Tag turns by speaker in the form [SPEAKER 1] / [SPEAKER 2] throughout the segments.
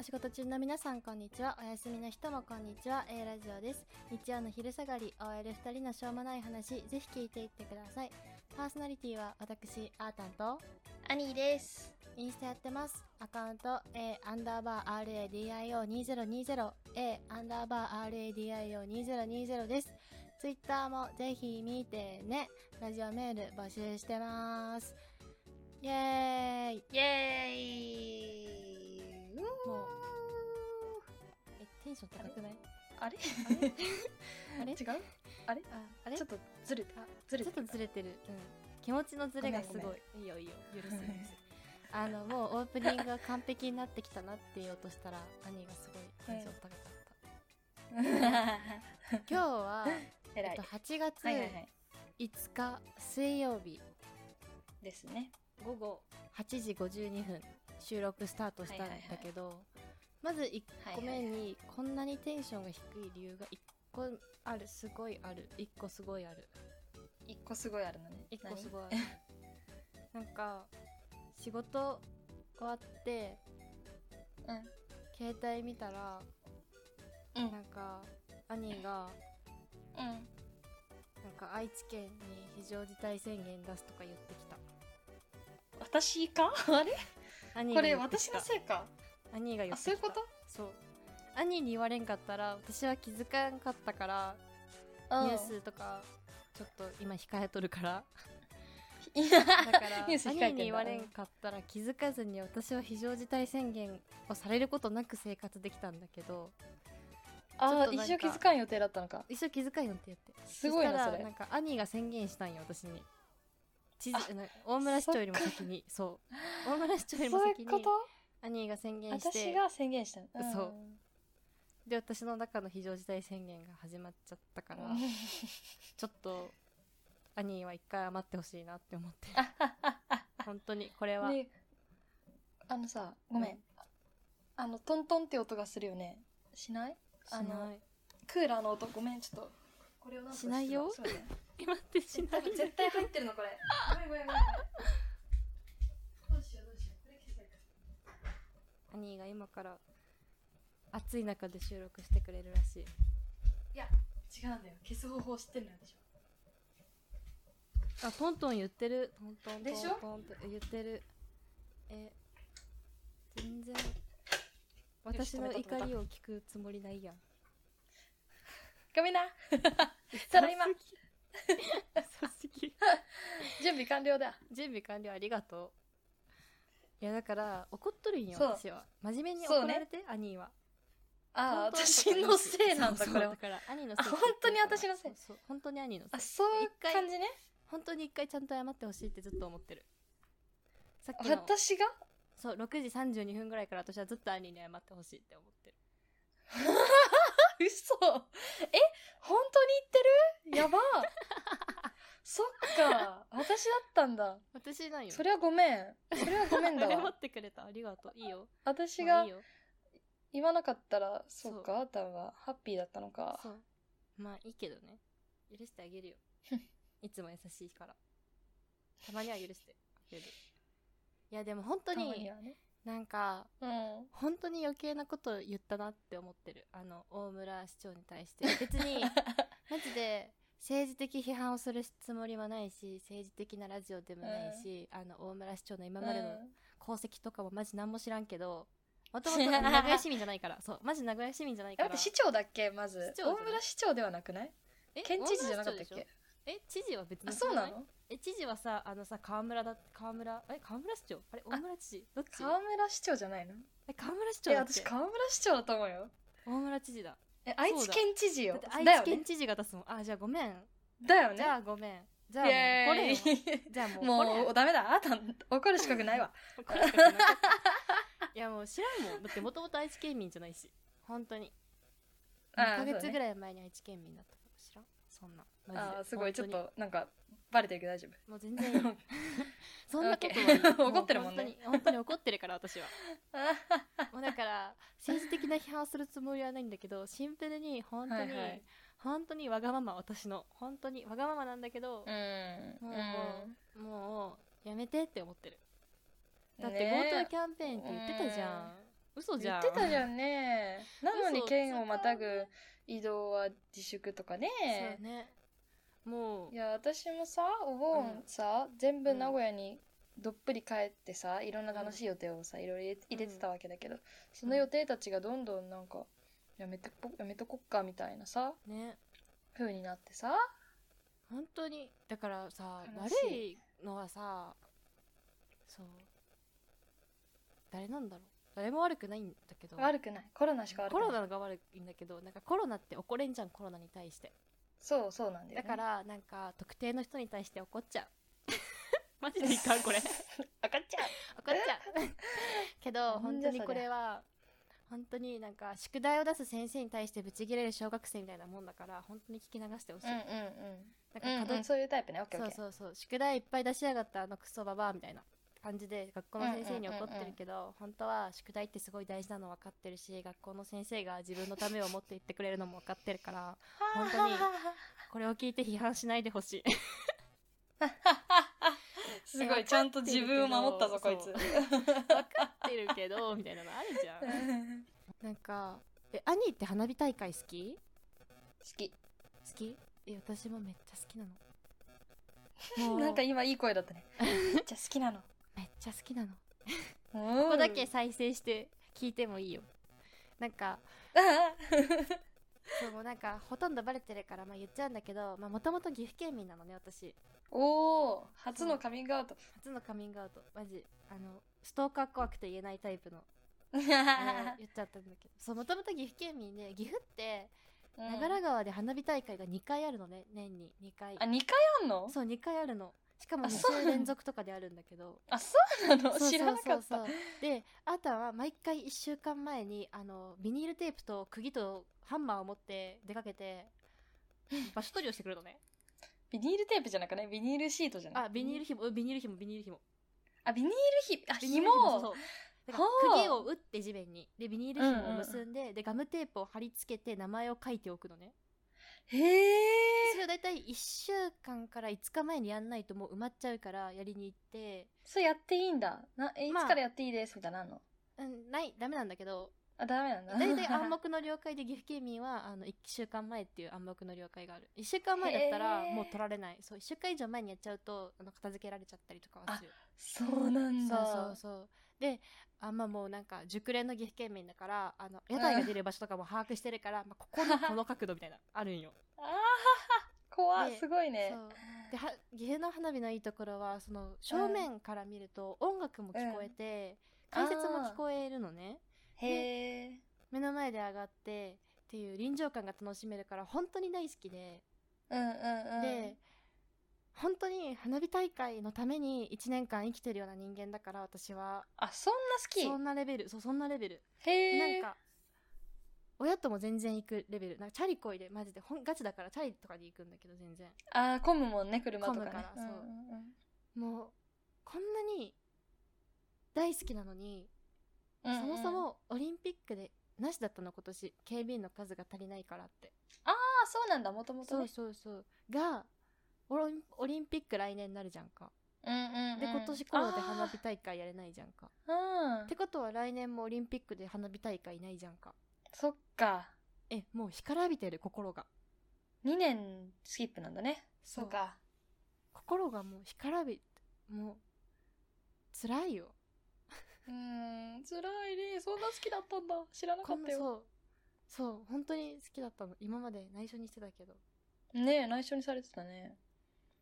[SPEAKER 1] お仕事中の皆さんこんにちはお休みの人もこんにちは A ラジオです日曜の昼下がり OL2 人のしょうもない話ぜひ聞いていってくださいパーソナリティは私あーたんと
[SPEAKER 2] アニーです。
[SPEAKER 1] インスタやってますアカウント A アンダーバー RADIO2020 A アンダーバー RADIO2020 ですツイッターもぜひ見てねラジオメール募集してますイエーイ
[SPEAKER 2] イエーイ
[SPEAKER 1] もうえテンション高くない
[SPEAKER 2] あ れ
[SPEAKER 1] あれ
[SPEAKER 2] 違うあれ
[SPEAKER 1] ああれ
[SPEAKER 2] ちょっとずれた。ずれ
[SPEAKER 1] ちょ
[SPEAKER 2] た
[SPEAKER 1] っ とずれてる、うん、気持ちのずれがす
[SPEAKER 2] ご
[SPEAKER 1] ご
[SPEAKER 2] め
[SPEAKER 1] いいいよいいよ許す許すあのもうオープニングが完璧になってきたなって言おうとしたら兄がすごいテンション高かった、 今日は、
[SPEAKER 2] え
[SPEAKER 1] え
[SPEAKER 2] ら
[SPEAKER 1] っ
[SPEAKER 2] い
[SPEAKER 1] と、。8月
[SPEAKER 2] はいはいは
[SPEAKER 1] 5
[SPEAKER 2] い。
[SPEAKER 1] 日水曜日
[SPEAKER 2] ですね。午後。
[SPEAKER 1] 8時52分収録スタートしたんだけど、まず1個目に、こんなにテンションが低い理由が1個あるすごいある1個すごいある
[SPEAKER 2] 一個すごいあるのね。
[SPEAKER 1] 一個すごい なんか仕事終わって
[SPEAKER 2] 何
[SPEAKER 1] 携帯見たら
[SPEAKER 2] うん。うん。
[SPEAKER 1] なんか兄が
[SPEAKER 2] うん。
[SPEAKER 1] なんか愛知県に非常事態宣言出すとか言ってきた
[SPEAKER 2] 私かあれ
[SPEAKER 1] 兄
[SPEAKER 2] こ
[SPEAKER 1] が
[SPEAKER 2] れ
[SPEAKER 1] 言ってき
[SPEAKER 2] 私
[SPEAKER 1] た
[SPEAKER 2] のせいか。
[SPEAKER 1] 兄が言
[SPEAKER 2] あ、
[SPEAKER 1] って
[SPEAKER 2] そういう
[SPEAKER 1] きた
[SPEAKER 2] こと
[SPEAKER 1] そう兄に言われんかったら私は気づかんかったからニュースとかちょっと今控えとる から
[SPEAKER 2] い
[SPEAKER 1] だ
[SPEAKER 2] や
[SPEAKER 1] から
[SPEAKER 2] ニュース控えてんだ
[SPEAKER 1] 兄に言われんかったら気づかずに私は非常事態宣言をされることなく生活できたんだけど
[SPEAKER 2] あ
[SPEAKER 1] ちょっとなん
[SPEAKER 2] ー、
[SPEAKER 1] か
[SPEAKER 2] 一生気づかん予定だったのか。
[SPEAKER 1] 一緒気遣いよって言って
[SPEAKER 2] すごいな、
[SPEAKER 1] した
[SPEAKER 2] そ
[SPEAKER 1] ら
[SPEAKER 2] れ
[SPEAKER 1] なん。か兄が宣言したんよ私に知事
[SPEAKER 2] あ
[SPEAKER 1] な大村市長よりも先にそう大村市長よりも
[SPEAKER 2] そう
[SPEAKER 1] 先
[SPEAKER 2] いうこ
[SPEAKER 1] に
[SPEAKER 2] と
[SPEAKER 1] 兄が宣言して
[SPEAKER 2] 私が宣言したの。ん
[SPEAKER 1] そうで私の中の非常事態宣言が始まっちゃったから
[SPEAKER 2] うん
[SPEAKER 1] ちょっと兄は一回余ってほしいなって思って本当にこれは、
[SPEAKER 2] ねあのさごめん、
[SPEAKER 1] うん
[SPEAKER 2] あのトントンって音がするよねしない
[SPEAKER 1] し
[SPEAKER 2] あ
[SPEAKER 1] な
[SPEAKER 2] の
[SPEAKER 1] い
[SPEAKER 2] クーラーの音ごめんちょっとこれをなんとか
[SPEAKER 1] しないよ
[SPEAKER 2] してそうだね
[SPEAKER 1] 今ってしな
[SPEAKER 2] 多
[SPEAKER 1] い
[SPEAKER 2] 分絶対入ってるのこれごめんごめんごめんごめんどうしようどうしようこれ消せばいいか
[SPEAKER 1] 兄が今から暑い中で収録してくれるらしい
[SPEAKER 2] 違うんだよ消す方法知ってるのでしょ
[SPEAKER 1] あトントン言ってるトントントン
[SPEAKER 2] でしょ
[SPEAKER 1] トンって言ってるえ全然私の怒りを聞くつもりないやん
[SPEAKER 2] ごめんなただいま
[SPEAKER 1] 嘘すぎ嘘すぎ
[SPEAKER 2] 準備完了だ
[SPEAKER 1] 準備完了ありがとういやだから怒っとるんよ
[SPEAKER 2] そう
[SPEAKER 1] 私は真面目に
[SPEAKER 2] そう
[SPEAKER 1] 怒
[SPEAKER 2] ね
[SPEAKER 1] られて、兄は
[SPEAKER 2] ああー
[SPEAKER 1] トントンとか
[SPEAKER 2] 私のせいなん
[SPEAKER 1] そうそ
[SPEAKER 2] だ
[SPEAKER 1] う
[SPEAKER 2] これは
[SPEAKER 1] から兄の
[SPEAKER 2] あ
[SPEAKER 1] せいって言ってるから
[SPEAKER 2] 本当に私のせい
[SPEAKER 1] そうそう本当に兄のせ
[SPEAKER 2] あ
[SPEAKER 1] い
[SPEAKER 2] そういう
[SPEAKER 1] 一回
[SPEAKER 2] 感じね
[SPEAKER 1] 本当に一回ちゃんと謝ってほしいってずっと思ってるさっきの
[SPEAKER 2] 私が
[SPEAKER 1] そう6時32分ぐらいから私はずっと兄に謝ってほしいって思ってる
[SPEAKER 2] 嘘え本当に言ってるやば そっか私だったんだ
[SPEAKER 1] 私なんよ
[SPEAKER 2] それはごめんそれはごめんだ
[SPEAKER 1] 謝
[SPEAKER 2] わ
[SPEAKER 1] ってくれたありがとういいよ
[SPEAKER 2] 私
[SPEAKER 1] まあ
[SPEAKER 2] が
[SPEAKER 1] いいよ
[SPEAKER 2] 言わなかったらそっかあーたんはハッピーだったのか
[SPEAKER 1] そうまあいいけどね許してあげ るよいつも優しいからたまには許してあげるいやでも本当
[SPEAKER 2] たま
[SPEAKER 1] に
[SPEAKER 2] はね
[SPEAKER 1] なんか
[SPEAKER 2] うん
[SPEAKER 1] 本当に余計なこと言ったなって思ってるあの大村市長に対して別 にマジで政治的批判をするつもりはないし政治的なラジオでもないし、あの大村市長の今までの功績とかもマジ何も知らんけどもともと名 古屋市民じゃないからそうマジ名古屋市民じゃないか
[SPEAKER 2] だっ
[SPEAKER 1] ら
[SPEAKER 2] て市長だっけまず
[SPEAKER 1] 市長じゃ
[SPEAKER 2] 大
[SPEAKER 1] ない
[SPEAKER 2] 村市長ではなくない
[SPEAKER 1] え
[SPEAKER 2] 県知事じゃなかったっ
[SPEAKER 1] 大村市長でしょ
[SPEAKER 2] け
[SPEAKER 1] え知事は別に
[SPEAKER 2] あそうなの
[SPEAKER 1] え知事はさあのさ河村だ河村え河村市長あれ大村知事どっち
[SPEAKER 2] 河村市長じゃないの
[SPEAKER 1] え河村市長
[SPEAKER 2] え
[SPEAKER 1] だっ
[SPEAKER 2] 私
[SPEAKER 1] け
[SPEAKER 2] 河村市長だと思うよ
[SPEAKER 1] 大村知事だ
[SPEAKER 2] え愛
[SPEAKER 1] そう
[SPEAKER 2] 知
[SPEAKER 1] だ
[SPEAKER 2] 県知事
[SPEAKER 1] だっ
[SPEAKER 2] よ
[SPEAKER 1] て
[SPEAKER 2] だ
[SPEAKER 1] 愛
[SPEAKER 2] よ
[SPEAKER 1] 知
[SPEAKER 2] ね
[SPEAKER 1] 県知事が出すもんあじゃあごめん
[SPEAKER 2] だよ
[SPEAKER 1] じ
[SPEAKER 2] ね
[SPEAKER 1] ゃあごめんじゃあ
[SPEAKER 2] イ
[SPEAKER 1] もうこれ
[SPEAKER 2] エ
[SPEAKER 1] よ
[SPEAKER 2] ーイ
[SPEAKER 1] じゃあもう
[SPEAKER 2] も
[SPEAKER 1] これ
[SPEAKER 2] うダメだあーたん怒る資格ないわ
[SPEAKER 1] これしかなかった いやもう知らんもんだってもともと愛知県民じゃないし本当に
[SPEAKER 2] あー
[SPEAKER 1] 2ヶ月ぐ
[SPEAKER 2] そうね
[SPEAKER 1] らい前に愛知県民だったから知らんそんな マジで
[SPEAKER 2] あーすごいちょっ
[SPEAKER 1] 本
[SPEAKER 2] となんかバレてるけど 大丈夫
[SPEAKER 1] 当にもう全然いい そんなことはいい
[SPEAKER 2] 怒ってるもんね
[SPEAKER 1] う本当に本当に怒ってるから私は
[SPEAKER 2] あ
[SPEAKER 1] もうだから政治的な批判をするつもりはないんだけどシンプルに本当に、
[SPEAKER 2] はいはい
[SPEAKER 1] 本当にわがまま私の本当にわがままなんだけど、
[SPEAKER 2] ーうん
[SPEAKER 1] もう
[SPEAKER 2] う
[SPEAKER 1] もうやめてって思ってる
[SPEAKER 2] ん
[SPEAKER 1] だって
[SPEAKER 2] ね
[SPEAKER 1] GoTo キャンペーンって言ってたじゃん、嘘じ
[SPEAKER 2] 言
[SPEAKER 1] ゃ
[SPEAKER 2] っ
[SPEAKER 1] ん
[SPEAKER 2] てたじゃんね。なのに
[SPEAKER 1] 嘘
[SPEAKER 2] 県をまたぐ移動は自粛とかね。
[SPEAKER 1] そうねもう
[SPEAKER 2] いや私もさお盆さ、全部名古屋にどっぷり帰ってさいろんな楽しい予定をさいろいろ入れ入れてたわけだけど、その予定たちがどんどんなんかやめてこやめとこっかみたいなさ
[SPEAKER 1] ね
[SPEAKER 2] 風になってさ
[SPEAKER 1] 本当にだからさ
[SPEAKER 2] 悲
[SPEAKER 1] 悪
[SPEAKER 2] し
[SPEAKER 1] いのはさそう誰なんだろう誰も悪くないんだけど
[SPEAKER 2] 悪くないコロナしか悪く
[SPEAKER 1] コ
[SPEAKER 2] ない
[SPEAKER 1] ロナが悪いんだけどなんかコロナって怒れんじゃんコロナに対して
[SPEAKER 2] そうそうなんだ
[SPEAKER 1] だ
[SPEAKER 2] よ、ね、
[SPEAKER 1] からなんか特定の人に対して怒っち ゃうマジでいかんこれ怒っ
[SPEAKER 2] 分かっちゃう
[SPEAKER 1] ちゃうけど
[SPEAKER 2] なん
[SPEAKER 1] 本
[SPEAKER 2] じ
[SPEAKER 1] 当
[SPEAKER 2] ゃ
[SPEAKER 1] にこれは本当になんか宿題を出す先生に対してブチギレる小学生みたいなもんだから本当に聞き流してほしい、
[SPEAKER 2] うんうん
[SPEAKER 1] なん
[SPEAKER 2] う
[SPEAKER 1] か
[SPEAKER 2] んうん、
[SPEAKER 1] 角
[SPEAKER 2] うん、そういうタイプねオッケーオ
[SPEAKER 1] そ
[SPEAKER 2] ッ
[SPEAKER 1] う
[SPEAKER 2] ケー
[SPEAKER 1] そうそう宿題いっぱい出しやがったあのクソババアみたいな感じで学校の先生に怒ってるけど、本当は宿題ってすごい大事なの分かってるし学校の先生が自分のためを持って言ってくれるのも分かってるから本当にこれを聞いて批判しないでほ しい
[SPEAKER 2] すごいちゃんと自分を守ったぞこい
[SPEAKER 1] そ
[SPEAKER 2] つ
[SPEAKER 1] う分かってるけどみたいなのあるじゃん
[SPEAKER 2] 好
[SPEAKER 1] なんかえ兄って花火大会好き
[SPEAKER 2] き
[SPEAKER 1] 好きえ私もめっちゃ好 きなのもう
[SPEAKER 2] なんか今いい声だった ねめっちゃ好きなの
[SPEAKER 1] めっちゃ好きなのこ
[SPEAKER 2] こ
[SPEAKER 1] こだ け再生して聞いてもいいよなんかそうもうなんかほとんどバレてるからまあ言っちゃうんだけどもともと岐阜県民なのね私
[SPEAKER 2] おお初のカミングアウト
[SPEAKER 1] 初のカミングアウトマジあのストーカー怖くて言えないタイプのあの言っちゃったんだけどそうもともと岐阜県民で岐阜って長良川で花火大会が2回あるのね年に2回
[SPEAKER 2] あ二回あんの
[SPEAKER 1] そう2回あるのしかも
[SPEAKER 2] あ
[SPEAKER 1] 2
[SPEAKER 2] そうな
[SPEAKER 1] 週
[SPEAKER 2] んだ
[SPEAKER 1] 連続とかであるんだけ ど
[SPEAKER 2] あそうなの
[SPEAKER 1] そうそうそうそう
[SPEAKER 2] 知らなかった
[SPEAKER 1] であとは毎回1週間前にあのビニールテープと釘とハンマーを持って出かけ て場所取りをしてくるのね
[SPEAKER 2] ビニールテープじゃなくないビニールシートじゃない
[SPEAKER 1] あビニール紐うんビニール紐ビニール紐
[SPEAKER 2] あビニールひあ
[SPEAKER 1] ビニール
[SPEAKER 2] 紐
[SPEAKER 1] そうそうだから
[SPEAKER 2] ほう
[SPEAKER 1] 釘を打って地面にでビニール紐を結んで,、でガムテープを貼り付けて名前を書いておくのね
[SPEAKER 2] へえ
[SPEAKER 1] それを大体1週間から5日前にやんないともう埋まっちゃうからやりに行って、
[SPEAKER 2] それやっていいんだなえい
[SPEAKER 1] まあ
[SPEAKER 2] つからやっていいですみたいなのあんの
[SPEAKER 1] うん、ないダメなんだけど
[SPEAKER 2] あダメなんだ
[SPEAKER 1] 大体暗黙の了解で岐阜県民はあの1週間前っていう暗黙の了解がある1週間前だったら
[SPEAKER 2] へー
[SPEAKER 1] もう取られないそう1週間以上前にやっちゃうとあの片付けられちゃったりとかはする
[SPEAKER 2] そうなん
[SPEAKER 1] そう
[SPEAKER 2] だ
[SPEAKER 1] そうそうであんまあもうなんか熟練の岐阜県民だからあの屋台が出る場所とかも把握してるから、まあ、ここのこの角度みたいな あるんよ
[SPEAKER 2] あーはは怖い
[SPEAKER 1] です
[SPEAKER 2] ごいね
[SPEAKER 1] そうでは岐阜の花火のいいところはその正面から見ると音楽も聞こえて、
[SPEAKER 2] うん
[SPEAKER 1] 解説も聞こえるのね
[SPEAKER 2] へえ
[SPEAKER 1] 目の前で上がってっていう臨場感が楽しめるから本当に大好きで
[SPEAKER 2] うんうんうん
[SPEAKER 1] で本当に花火大会のために1年間生きてるような人間だから私は
[SPEAKER 2] あそんな好き
[SPEAKER 1] そんなレベルそうそんなレベル、
[SPEAKER 2] へえ
[SPEAKER 1] なんか親とも全然行くレベルなんかチャリこいでマジでほんガチだからチャリとかで行くんだけど全然
[SPEAKER 2] あー混むもんね車とかね
[SPEAKER 1] 混むからそうん
[SPEAKER 2] ん
[SPEAKER 1] もうこんなに大好きなのに、
[SPEAKER 2] うんうんうん
[SPEAKER 1] そもそもオリンピックでなしだったの今年警備員の数が足りないからって
[SPEAKER 2] あそうなんだもともと
[SPEAKER 1] そう
[SPEAKER 2] ね
[SPEAKER 1] そうそうがオロンオリンピック来年になるじゃんか
[SPEAKER 2] うんうんうん
[SPEAKER 1] で今年コロナで花火大会やれないじゃんか
[SPEAKER 2] あーうん
[SPEAKER 1] ってことは来年もオリンピックで花火大会ないじゃんか
[SPEAKER 2] そっか
[SPEAKER 1] えもう干からびてる心が
[SPEAKER 2] 2年スキップなんだね
[SPEAKER 1] そう
[SPEAKER 2] か
[SPEAKER 1] 心がもう干からびもう辛いよ
[SPEAKER 2] うーん辛いねそんな好きだったんだ知らなか
[SPEAKER 1] こ
[SPEAKER 2] っ
[SPEAKER 1] んな
[SPEAKER 2] たよ
[SPEAKER 1] そうそう本当に好きだったの今まで内緒にしてたけど
[SPEAKER 2] ねえ内緒にされてたね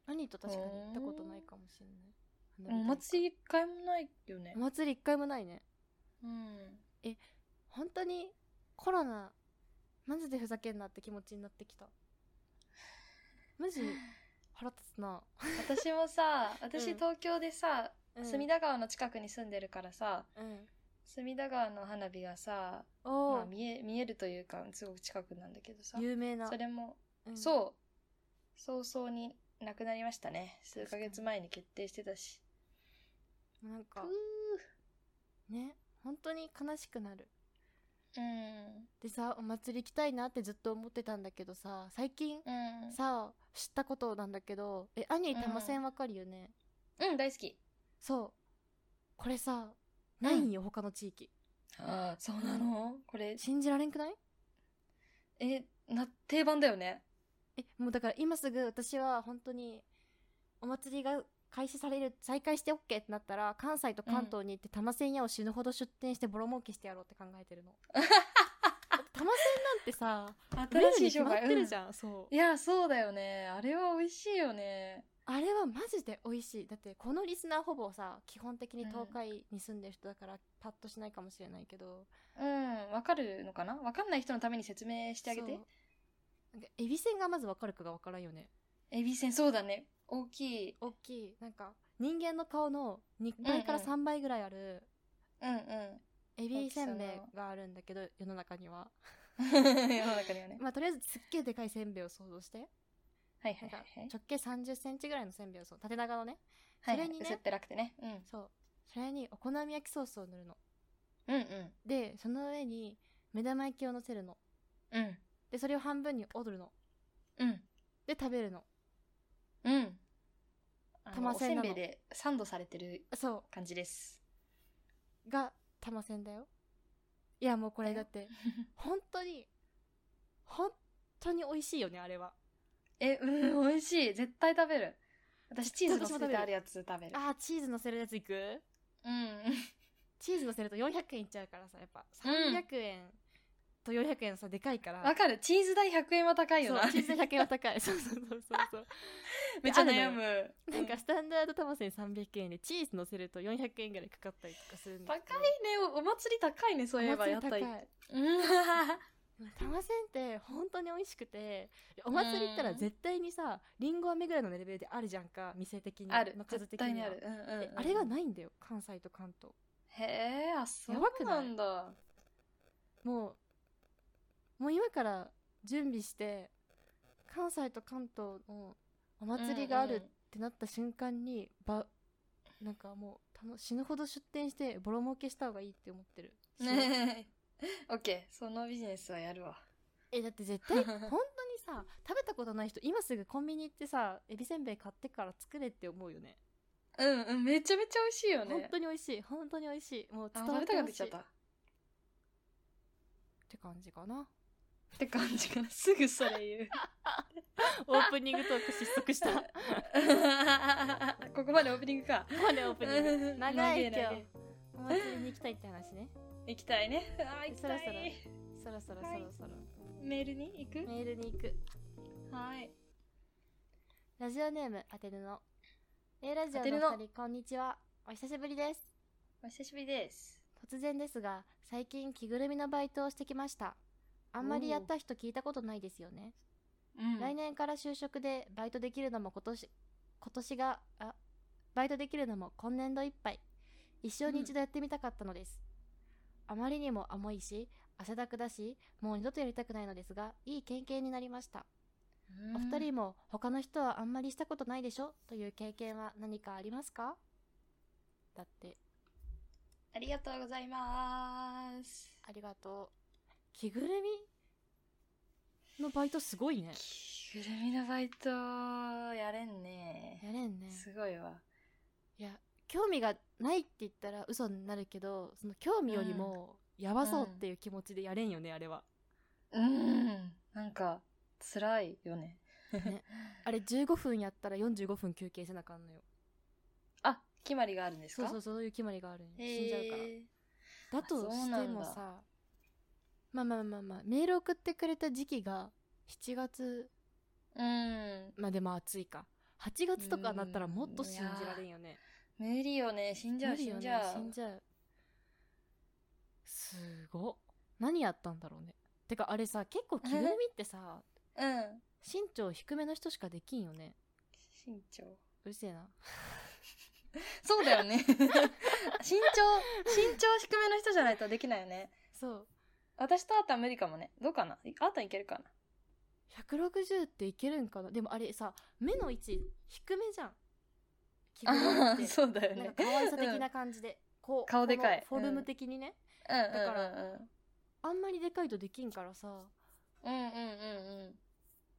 [SPEAKER 1] 兄と確かに行ったことないかもしれ
[SPEAKER 2] お
[SPEAKER 1] ない花火大会
[SPEAKER 2] 祭り一回もないよね
[SPEAKER 1] お祭り一回もないね
[SPEAKER 2] うん
[SPEAKER 1] 本当にコロナマジでふざけんなって気持ちになってきたマジ腹立つな、
[SPEAKER 2] 私も さ私東京でさ、隅
[SPEAKER 1] 田
[SPEAKER 2] 田川の近くに住んでるからさ
[SPEAKER 1] うん
[SPEAKER 2] 隅田川の花火がさ、
[SPEAKER 1] おー
[SPEAKER 2] まあ、見え見えるというかすごく近くなんだけどさ
[SPEAKER 1] 有名な
[SPEAKER 2] それも、
[SPEAKER 1] うん
[SPEAKER 2] そう早々に亡くなりましたね数ヶ月前に決定してたし
[SPEAKER 1] なん
[SPEAKER 2] く
[SPEAKER 1] かね本当に悲しくなる
[SPEAKER 2] ーうん
[SPEAKER 1] でさお祭り行きたいなってずっと思ってたんだけどさ最近
[SPEAKER 2] うん
[SPEAKER 1] さ知ったことなんだけどえ兄玉線わかるよね、
[SPEAKER 2] うん大好き
[SPEAKER 1] そうこれさないんよ、他の地域
[SPEAKER 2] ああ、そうなのこれ、
[SPEAKER 1] 信じられんくない
[SPEAKER 2] え、な、定番だよね。
[SPEAKER 1] えもうだから今すぐ私は本当にお祭りが開始される再開して OK ってなったら関西と関東に行って玉線屋を死ぬほど出店してボロ儲けしてやろうって考えて るのだって玉線なんてさ売れるに
[SPEAKER 2] 新しい
[SPEAKER 1] 決
[SPEAKER 2] 商
[SPEAKER 1] まっ
[SPEAKER 2] 売。
[SPEAKER 1] てる
[SPEAKER 2] うん
[SPEAKER 1] じゃん、そう
[SPEAKER 2] いや、そうだよね。あれは美味しいよね。
[SPEAKER 1] あれはマジで美味しいだってこのリスナーほぼさ基本的に東海に住んでる人だからパッとしないかもしれないけど
[SPEAKER 2] うん、わかるのかなわかんない人のために説明してあげ
[SPEAKER 1] そ
[SPEAKER 2] て
[SPEAKER 1] う。なんかエビせんがまず分かるかが分からんよね
[SPEAKER 2] エビせん、そうだね。大きい。
[SPEAKER 1] 大きいなんか人間の顔の2倍から
[SPEAKER 2] うんうん
[SPEAKER 1] 3倍ぐらいある、
[SPEAKER 2] うん うん。
[SPEAKER 1] エビせんべい
[SPEAKER 2] 大きさ
[SPEAKER 1] があるんだけど世の中には
[SPEAKER 2] 世の中にはね。
[SPEAKER 1] まあとりあえずすっげえでかいせんべいを想像して
[SPEAKER 2] はい
[SPEAKER 1] な
[SPEAKER 2] は
[SPEAKER 1] いんか
[SPEAKER 2] はいはい。
[SPEAKER 1] 直径3 0センチぐらいのせんべいをそう縦長のね
[SPEAKER 2] はい
[SPEAKER 1] そ
[SPEAKER 2] は
[SPEAKER 1] れ
[SPEAKER 2] い
[SPEAKER 1] にね
[SPEAKER 2] 薄っぺらくてね。うん。
[SPEAKER 1] そうそれにお好み焼きソースを塗るの
[SPEAKER 2] うんうん。
[SPEAKER 1] でその上に目玉焼きを乗せるの
[SPEAKER 2] うん。
[SPEAKER 1] でそれを半分に折るの
[SPEAKER 2] うん。
[SPEAKER 1] で食べるの
[SPEAKER 2] うん。あの
[SPEAKER 1] 玉
[SPEAKER 2] お
[SPEAKER 1] せん
[SPEAKER 2] せ
[SPEAKER 1] なんの
[SPEAKER 2] べいでサンドされてる
[SPEAKER 1] そ
[SPEAKER 2] 感じです。
[SPEAKER 1] うが玉せんだよいやもうこれだって本当に本当に美味しいよねあれは
[SPEAKER 2] え、うん、美味しい。絶対食べる。私、チーズの
[SPEAKER 1] 私
[SPEAKER 2] せ
[SPEAKER 1] も食べ
[SPEAKER 2] て
[SPEAKER 1] る
[SPEAKER 2] あるやつ食べる。
[SPEAKER 1] あーチーズ乗せるやついく
[SPEAKER 2] うん。
[SPEAKER 1] チーズ乗せると400円いっちゃうからさやっぱ
[SPEAKER 2] うん
[SPEAKER 1] 300円と400円のさでかいから、
[SPEAKER 2] わかる。チーズ代100円は高いよ
[SPEAKER 1] そ
[SPEAKER 2] な
[SPEAKER 1] う。チーズ100円は高いそうそうそうそうそう
[SPEAKER 2] めっちゃ悩む。
[SPEAKER 1] なんかスタンダード玉線300円でチーズ乗せると400円ぐらいかかったりとかするんだ
[SPEAKER 2] 高い
[SPEAKER 1] け
[SPEAKER 2] ね
[SPEAKER 1] ど。
[SPEAKER 2] おお祭り高いね、そういえば。
[SPEAKER 1] お祭
[SPEAKER 2] や
[SPEAKER 1] り
[SPEAKER 2] っ
[SPEAKER 1] 高
[SPEAKER 2] た
[SPEAKER 1] い
[SPEAKER 2] い。 うん。
[SPEAKER 1] 玉線って本当に美味しくてお祭り行ったら絶対にさりんご飴ぐらいのレベルであるじゃんか店的に
[SPEAKER 2] ある
[SPEAKER 1] の。数
[SPEAKER 2] 絶
[SPEAKER 1] 的には
[SPEAKER 2] 対にある。うんうん
[SPEAKER 1] で
[SPEAKER 2] うん。
[SPEAKER 1] あれがないんだよ関西と関東
[SPEAKER 2] へえ、あ、そ
[SPEAKER 1] やばく
[SPEAKER 2] う
[SPEAKER 1] ない
[SPEAKER 2] なんだ。
[SPEAKER 1] もうもう今から準備して関西と関東のお祭りがあるってなった瞬間に、ばなんかもうたの死ぬほど出店してボロ儲けした方がいいって思ってる、
[SPEAKER 2] うんうん。ねえ。 オッケー。そのビジネスはやるわ。
[SPEAKER 1] えだって絶 対本当にさ食べたことない人今すぐコンビニ行ってさエビせんべい買ってから作れって思うよね
[SPEAKER 2] うんうん。めちゃめちゃ美味しいよ
[SPEAKER 1] 本
[SPEAKER 2] ね
[SPEAKER 1] 当。に美味しい本当に美味しいもう
[SPEAKER 2] あ、
[SPEAKER 1] 伝わっ
[SPEAKER 2] 食べた
[SPEAKER 1] て
[SPEAKER 2] くなっ
[SPEAKER 1] ほ
[SPEAKER 2] てき
[SPEAKER 1] し
[SPEAKER 2] ち
[SPEAKER 1] い
[SPEAKER 2] ゃ
[SPEAKER 1] っ
[SPEAKER 2] った。
[SPEAKER 1] て感じかな
[SPEAKER 2] って感じかな。すぐそれ 言う。
[SPEAKER 1] オープニングトーク失速 した
[SPEAKER 2] ここまでオープニングか。
[SPEAKER 1] これオープニング
[SPEAKER 2] うん
[SPEAKER 1] 長い今日
[SPEAKER 2] 長い
[SPEAKER 1] お祭りに行きたいって話ね
[SPEAKER 2] 行きたいね。あー、行きたい。
[SPEAKER 1] そろそろそろそろそろそろ、
[SPEAKER 2] メールに行く
[SPEAKER 1] メールに行く
[SPEAKER 2] はい。
[SPEAKER 1] ラジオネーム当てるの A ラジオ
[SPEAKER 2] 当てる
[SPEAKER 1] の
[SPEAKER 2] の
[SPEAKER 1] お二人こんにちはお久しぶりです
[SPEAKER 2] お久しぶりです。
[SPEAKER 1] 突然ですが最近着ぐるみのバイトをしてきましたあんまりやった人聞いたことないですよね、
[SPEAKER 2] うん
[SPEAKER 1] 来年から就職でバイトできるのも今年今年があバイトできるのも今年度いっぱい一生に一度やってみたかったのです、あまりにも甘いし汗だくだしもう二度とやりたくないのですがいい経験になりましたお二人も他の人はあんまりしたことないでしょという経験は何かありますかだって
[SPEAKER 2] ありがとうございます。
[SPEAKER 1] ありがとう着ぐるみのバイトすごいね
[SPEAKER 2] 着ぐるみのバイトやれんね。
[SPEAKER 1] やれんね
[SPEAKER 2] すごいわ。
[SPEAKER 1] いや興味がないって言ったら嘘になるけどその興味よりもやばそうっていう気持ちでやれんよね、あれ は
[SPEAKER 2] うん。なんか辛いよね。
[SPEAKER 1] あれ15分やったら45分休憩せなあかんのよ
[SPEAKER 2] あ、決まりがあるんです
[SPEAKER 1] そう
[SPEAKER 2] か。
[SPEAKER 1] そう
[SPEAKER 2] う
[SPEAKER 1] そういう決まりがあるんよ
[SPEAKER 2] へー
[SPEAKER 1] 死んじゃうからだと
[SPEAKER 2] あそう
[SPEAKER 1] し
[SPEAKER 2] な
[SPEAKER 1] て
[SPEAKER 2] ん
[SPEAKER 1] も
[SPEAKER 2] だ
[SPEAKER 1] さまあまあまあまあメール送ってくれた時期が7月
[SPEAKER 2] うん。
[SPEAKER 1] まあでも暑いか8月とかになったらもっと
[SPEAKER 2] うん
[SPEAKER 1] 信じられんよね
[SPEAKER 2] 無理よね。死んじゃう、
[SPEAKER 1] 無理
[SPEAKER 2] 死
[SPEAKER 1] よ
[SPEAKER 2] ん
[SPEAKER 1] ね
[SPEAKER 2] じゃ
[SPEAKER 1] 死ん
[SPEAKER 2] う。
[SPEAKER 1] じゃうすごっ何やったんだろうねてかあれさ結構着ぐるみってさ
[SPEAKER 2] うん。
[SPEAKER 1] 身長低めの人しかできんよね
[SPEAKER 2] 身長。
[SPEAKER 1] うるせえな
[SPEAKER 2] そうだよ ね。身長、身長低めの人じゃないとできないよね。
[SPEAKER 1] そう
[SPEAKER 2] 私とあーたん無理かもね。どうかなあーたんいけるかな
[SPEAKER 1] 160っていけるんかなでもあれさ目の位置低めじゃん着ぐるみ
[SPEAKER 2] あ
[SPEAKER 1] っ
[SPEAKER 2] ー
[SPEAKER 1] て
[SPEAKER 2] そうだよ
[SPEAKER 1] なん
[SPEAKER 2] ね
[SPEAKER 1] か。可愛さ的な感じで、こう
[SPEAKER 2] 顔でかい
[SPEAKER 1] このフォル
[SPEAKER 2] う
[SPEAKER 1] ム
[SPEAKER 2] ん
[SPEAKER 1] 的にね、
[SPEAKER 2] うんうんうん
[SPEAKER 1] だからあんまりでかいとできんからさ
[SPEAKER 2] うんうんうんうん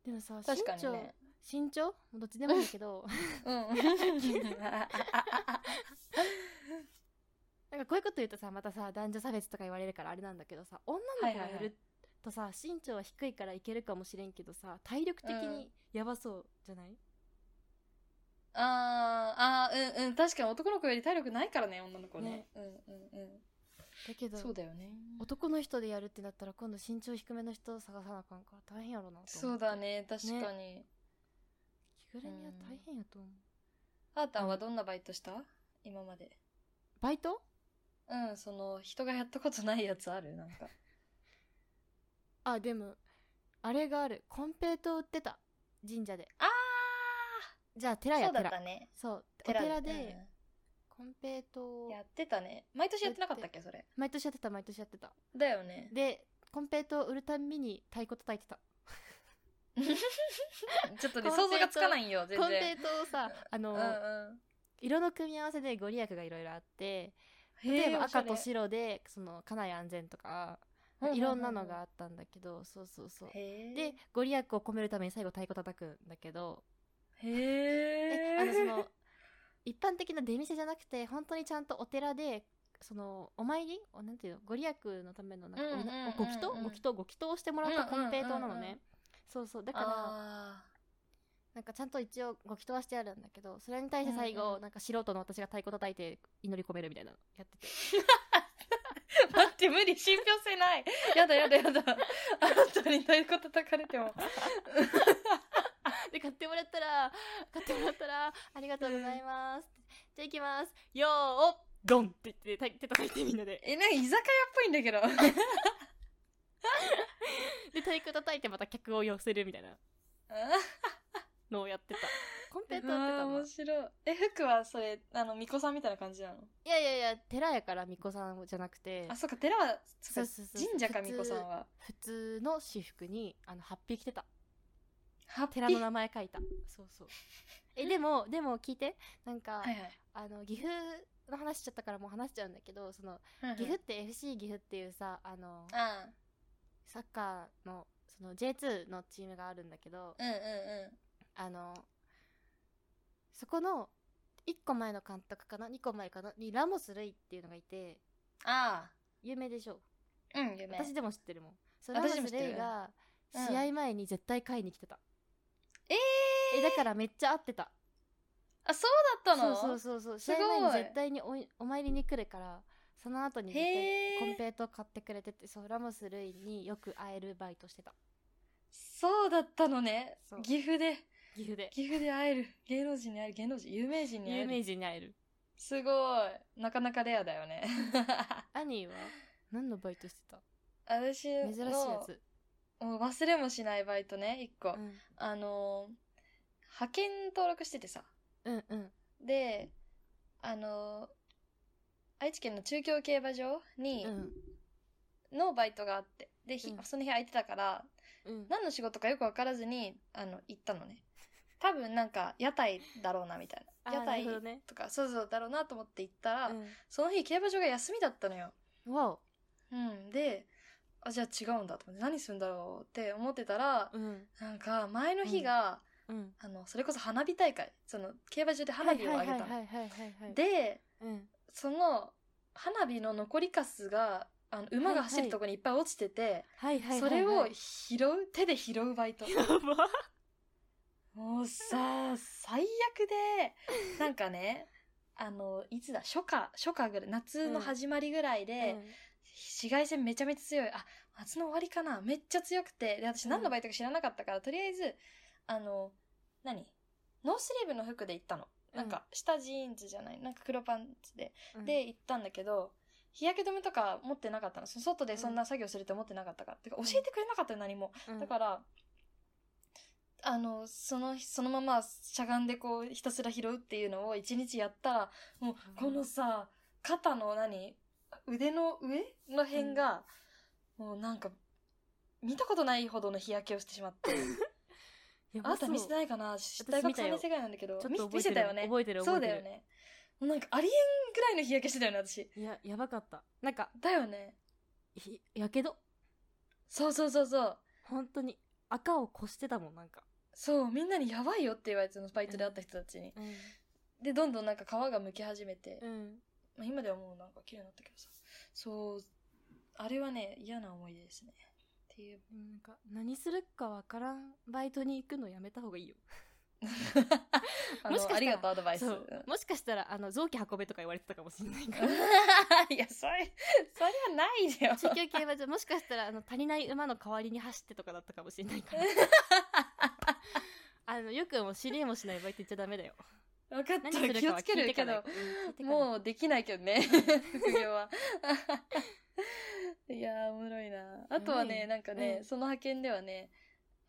[SPEAKER 1] でもさ
[SPEAKER 2] 確かにね
[SPEAKER 1] 身長身長どっち でもいいけど
[SPEAKER 2] うん
[SPEAKER 1] なんかこういうこと言うとさまたさ男女差別とか言われるからあれなんだけどさ女の子がやるとさ、身長は低いからいけるかもしれんけどさ体力的にやばそうじゃない、
[SPEAKER 2] あーあーうんうん確かに男の子より体力ないからね女の子ね
[SPEAKER 1] ね
[SPEAKER 2] うんうんうん
[SPEAKER 1] だけど
[SPEAKER 2] そうだよね
[SPEAKER 1] 男の人でやるってなったら今度身長低めの人を探さなあかんから大変やろなと思って
[SPEAKER 2] そうだね確かに、
[SPEAKER 1] 着ぐるみは大変やと思う、
[SPEAKER 2] あーたんはどんなバイトした今まで
[SPEAKER 1] バイト
[SPEAKER 2] うんその人がやったことないやつあるなんか
[SPEAKER 1] あでもあれがあるコンペイト売ってた神社で
[SPEAKER 2] ああ
[SPEAKER 1] じゃあ寺や
[SPEAKER 2] そうだ
[SPEAKER 1] 寺
[SPEAKER 2] ったね
[SPEAKER 1] そうお寺で、
[SPEAKER 2] うん
[SPEAKER 1] コンペイトを
[SPEAKER 2] やってたね毎年やってなかったっけそれ
[SPEAKER 1] 毎年やってた毎年やってた
[SPEAKER 2] だ よね
[SPEAKER 1] でコンペイトを売るたんびに太鼓叩いてた
[SPEAKER 2] ちょっとね
[SPEAKER 1] コンペイト
[SPEAKER 2] 想像がつかないんよ全
[SPEAKER 1] コンペ
[SPEAKER 2] 然
[SPEAKER 1] イトを さあの、
[SPEAKER 2] うんうん
[SPEAKER 1] 色の組み合わせでご利益がいろいろあって
[SPEAKER 2] へー
[SPEAKER 1] 例えば赤と
[SPEAKER 2] おし
[SPEAKER 1] 白でその家内安全とか
[SPEAKER 2] ゃれ
[SPEAKER 1] いろんなのがあったんだけどそうそうそう
[SPEAKER 2] へー
[SPEAKER 1] でご利益を込めるために最後太鼓叩くんだけど
[SPEAKER 2] へ
[SPEAKER 1] え
[SPEAKER 2] え
[SPEAKER 1] あのその一般的な出店じゃなくて本当にちゃんとお寺でそのお参りおなんていうのご利益のためのなんか
[SPEAKER 2] うんうんうんうん
[SPEAKER 1] おご祈祷ご祈祷ご祈祷をしてもらったコンペイトなのね、
[SPEAKER 2] うんうんうんうん
[SPEAKER 1] そうそうだから
[SPEAKER 2] あ
[SPEAKER 1] なんかちゃんと一応ご祈祷はしてあるんだけどそれに対して最後、
[SPEAKER 2] うんうん
[SPEAKER 1] なんか素人の私が太鼓叩いて祈り込めるみたいなのやってて
[SPEAKER 2] ー待って無理信憑性ないやだやだやだあなたに太鼓叩かれても
[SPEAKER 1] で買ってもらった ら買ってもらったらありがとうございます、じゃあ行きますよーおドンって言って手叩いてみんなで
[SPEAKER 2] えなんか居酒屋っぽいん だけど
[SPEAKER 1] で太鼓叩いてまた客を寄せるみたいなのをや ってた。コンペイトーってた
[SPEAKER 2] あ
[SPEAKER 1] もん
[SPEAKER 2] 面白いえ服はそれあの巫女さんみたいな感じなの
[SPEAKER 1] いやいやいや、寺やから巫女さんじゃなくて
[SPEAKER 2] あ、そっか寺はそ
[SPEAKER 1] そう
[SPEAKER 2] っか
[SPEAKER 1] そうそう
[SPEAKER 2] 神社か巫女さんは
[SPEAKER 1] 普通の私服に、あの、ハッピー着てた。
[SPEAKER 2] ハッピー
[SPEAKER 1] 寺の名前書いた。そうそう。え、でも、でも聞いて、なんか、
[SPEAKER 2] はいはい
[SPEAKER 1] あの、岐阜の話しちゃったからもう話しちゃうんだけど、その、
[SPEAKER 2] うんうん
[SPEAKER 1] 岐阜って FC 岐阜っていうさ、あの、
[SPEAKER 2] ああ
[SPEAKER 1] サッカーの、その J2 のチームがあるんだけど、
[SPEAKER 2] うんうんうん
[SPEAKER 1] あの、そこの、1個前の監督かな ?2 個前かなにラモス・ルイっていうのがいて、
[SPEAKER 2] あ
[SPEAKER 1] 有名でしょ
[SPEAKER 2] あうん夢
[SPEAKER 1] 私でも知ってるもん。そうラモ
[SPEAKER 2] 私でも
[SPEAKER 1] ス・
[SPEAKER 2] 知ってる
[SPEAKER 1] レイが
[SPEAKER 2] うん
[SPEAKER 1] 試合前に絶対買いに来てた。
[SPEAKER 2] えー
[SPEAKER 1] え、だからめっちゃ合ってた。
[SPEAKER 2] あそうだったの
[SPEAKER 1] そうそうそうそう。
[SPEAKER 2] す
[SPEAKER 1] 試
[SPEAKER 2] ご
[SPEAKER 1] 合前
[SPEAKER 2] い
[SPEAKER 1] に絶対においお参りに来るから、その後に絶対
[SPEAKER 2] へえ
[SPEAKER 1] コンペイトを買ってくれてて、そう、ラモス・ルイによく会えるバイトしてた。
[SPEAKER 2] そうだったのね
[SPEAKER 1] そう
[SPEAKER 2] 岐阜で
[SPEAKER 1] 岐阜で。
[SPEAKER 2] 岐阜で会える芸能人に会える芸能人 有名人に会え
[SPEAKER 1] 有
[SPEAKER 2] る
[SPEAKER 1] 名人に会える。
[SPEAKER 2] すごいなかなかレアだよね
[SPEAKER 1] アニーは何のバイトしてた
[SPEAKER 2] 私
[SPEAKER 1] 珍
[SPEAKER 2] の
[SPEAKER 1] しいやつ。
[SPEAKER 2] もう忘れもしないバイトね一
[SPEAKER 1] う
[SPEAKER 2] 個、
[SPEAKER 1] ん
[SPEAKER 2] あのー派遣登録しててさ
[SPEAKER 1] うんうん。
[SPEAKER 2] であのー愛知県の中京競馬場に、
[SPEAKER 1] うん
[SPEAKER 2] のバイトがあってで、ひ
[SPEAKER 1] うん
[SPEAKER 2] その日空いてたから
[SPEAKER 1] うん。
[SPEAKER 2] 何の仕事かよく分からずにあの行ったのね多分なんか屋台だろうなみたい
[SPEAKER 1] あ
[SPEAKER 2] な
[SPEAKER 1] ー
[SPEAKER 2] 屋台
[SPEAKER 1] なるほどね
[SPEAKER 2] とか、そうそうだろうなと思って行ったら、
[SPEAKER 1] う
[SPEAKER 2] その日競馬場が休みだったのよ
[SPEAKER 1] ん。わお。
[SPEAKER 2] うんであじゃあ違うんだと思って何するんだろうって思ってたら、
[SPEAKER 1] うん。
[SPEAKER 2] なんか前の日が、
[SPEAKER 1] うん。
[SPEAKER 2] あのそれこそ花火大会その競馬場で花火をあげたの、
[SPEAKER 1] はいはいはいはいはいはい。、
[SPEAKER 2] で
[SPEAKER 1] うん。
[SPEAKER 2] その花火の残りカスがあの馬が走るとこにいっぱい落ちてて、
[SPEAKER 1] はいはいはいはい。
[SPEAKER 2] それを拾う手で拾 うバイト
[SPEAKER 1] やば。
[SPEAKER 2] もうさ最悪でなんかねあのいつだ初夏初夏ぐらい夏の始まりぐらいで、紫外線めちゃめちゃ強いあ夏の終わりかなめっちゃ強くてで私何のバイトか知らなかったから、とりあえずあの何ノースリーブの服で行ったのなんか下ジーンズじゃないなんか黒パンツで、
[SPEAKER 1] うん、
[SPEAKER 2] で行ったんだけど日焼け止めとか持ってなかったのその外でそんな作業するって思ってなかったから、てか教えてくれなかったよ何も
[SPEAKER 1] うん、
[SPEAKER 2] だから、あの、その、そのまましゃがんでこう、ひたすら拾うっていうのを一日やったら、もう、このさ、肩の何腕の上の辺が、もうなんか、見たことないほどの日焼けをしてしまって。
[SPEAKER 1] やば
[SPEAKER 2] あ
[SPEAKER 1] そう、
[SPEAKER 2] なた見せてないかな大学
[SPEAKER 1] 見た
[SPEAKER 2] 3
[SPEAKER 1] よ
[SPEAKER 2] 年生ぐらいなんだけど
[SPEAKER 1] ちょ、っ
[SPEAKER 2] 見
[SPEAKER 1] と
[SPEAKER 2] 見せたよね。
[SPEAKER 1] 覚えてる
[SPEAKER 2] そ
[SPEAKER 1] 覚
[SPEAKER 2] う
[SPEAKER 1] えて
[SPEAKER 2] だ
[SPEAKER 1] る
[SPEAKER 2] よね。もうなんか、ありえんぐらいの日焼けしてたよね、私。
[SPEAKER 1] いややばかったなんか
[SPEAKER 2] だよね。
[SPEAKER 1] ひやけど
[SPEAKER 2] そうそうそうそう。
[SPEAKER 1] 本当に赤を越してたもんなんか、
[SPEAKER 2] そう、みんなにやばいよって言われて、そのバイトで会った人たちに。
[SPEAKER 1] うん
[SPEAKER 2] で、どんどんなんか皮が剥き始めて、まあ、今ではもうなんか綺麗になったけどさそうあれはね嫌な思い出ですねっ ていう
[SPEAKER 1] なんか何するかわからんバイトに行くのやめた方がいいよ
[SPEAKER 2] あの
[SPEAKER 1] もしかしたら
[SPEAKER 2] ありがとうアドバイス
[SPEAKER 1] そ
[SPEAKER 2] うん
[SPEAKER 1] うもしかしたらあの臓器運べとか言われてたかもしれない から
[SPEAKER 2] いやそれそれはないでよ
[SPEAKER 1] 中京競馬場もしかしたらあの足りない馬の代わりに走ってとかだったかもしれないから あのよくも知りえもしないバイト行っちゃダメだよ
[SPEAKER 2] 分か
[SPEAKER 1] 何す
[SPEAKER 2] った
[SPEAKER 1] る
[SPEAKER 2] 気
[SPEAKER 1] か
[SPEAKER 2] を
[SPEAKER 1] は
[SPEAKER 2] つけ
[SPEAKER 1] 聞い
[SPEAKER 2] る
[SPEAKER 1] てか
[SPEAKER 2] け
[SPEAKER 1] ない
[SPEAKER 2] ど
[SPEAKER 1] う
[SPEAKER 2] もうできないけどね副業は いやーおもろいなあとはね
[SPEAKER 1] うん
[SPEAKER 2] なんかね、
[SPEAKER 1] うん
[SPEAKER 2] その派遣ではね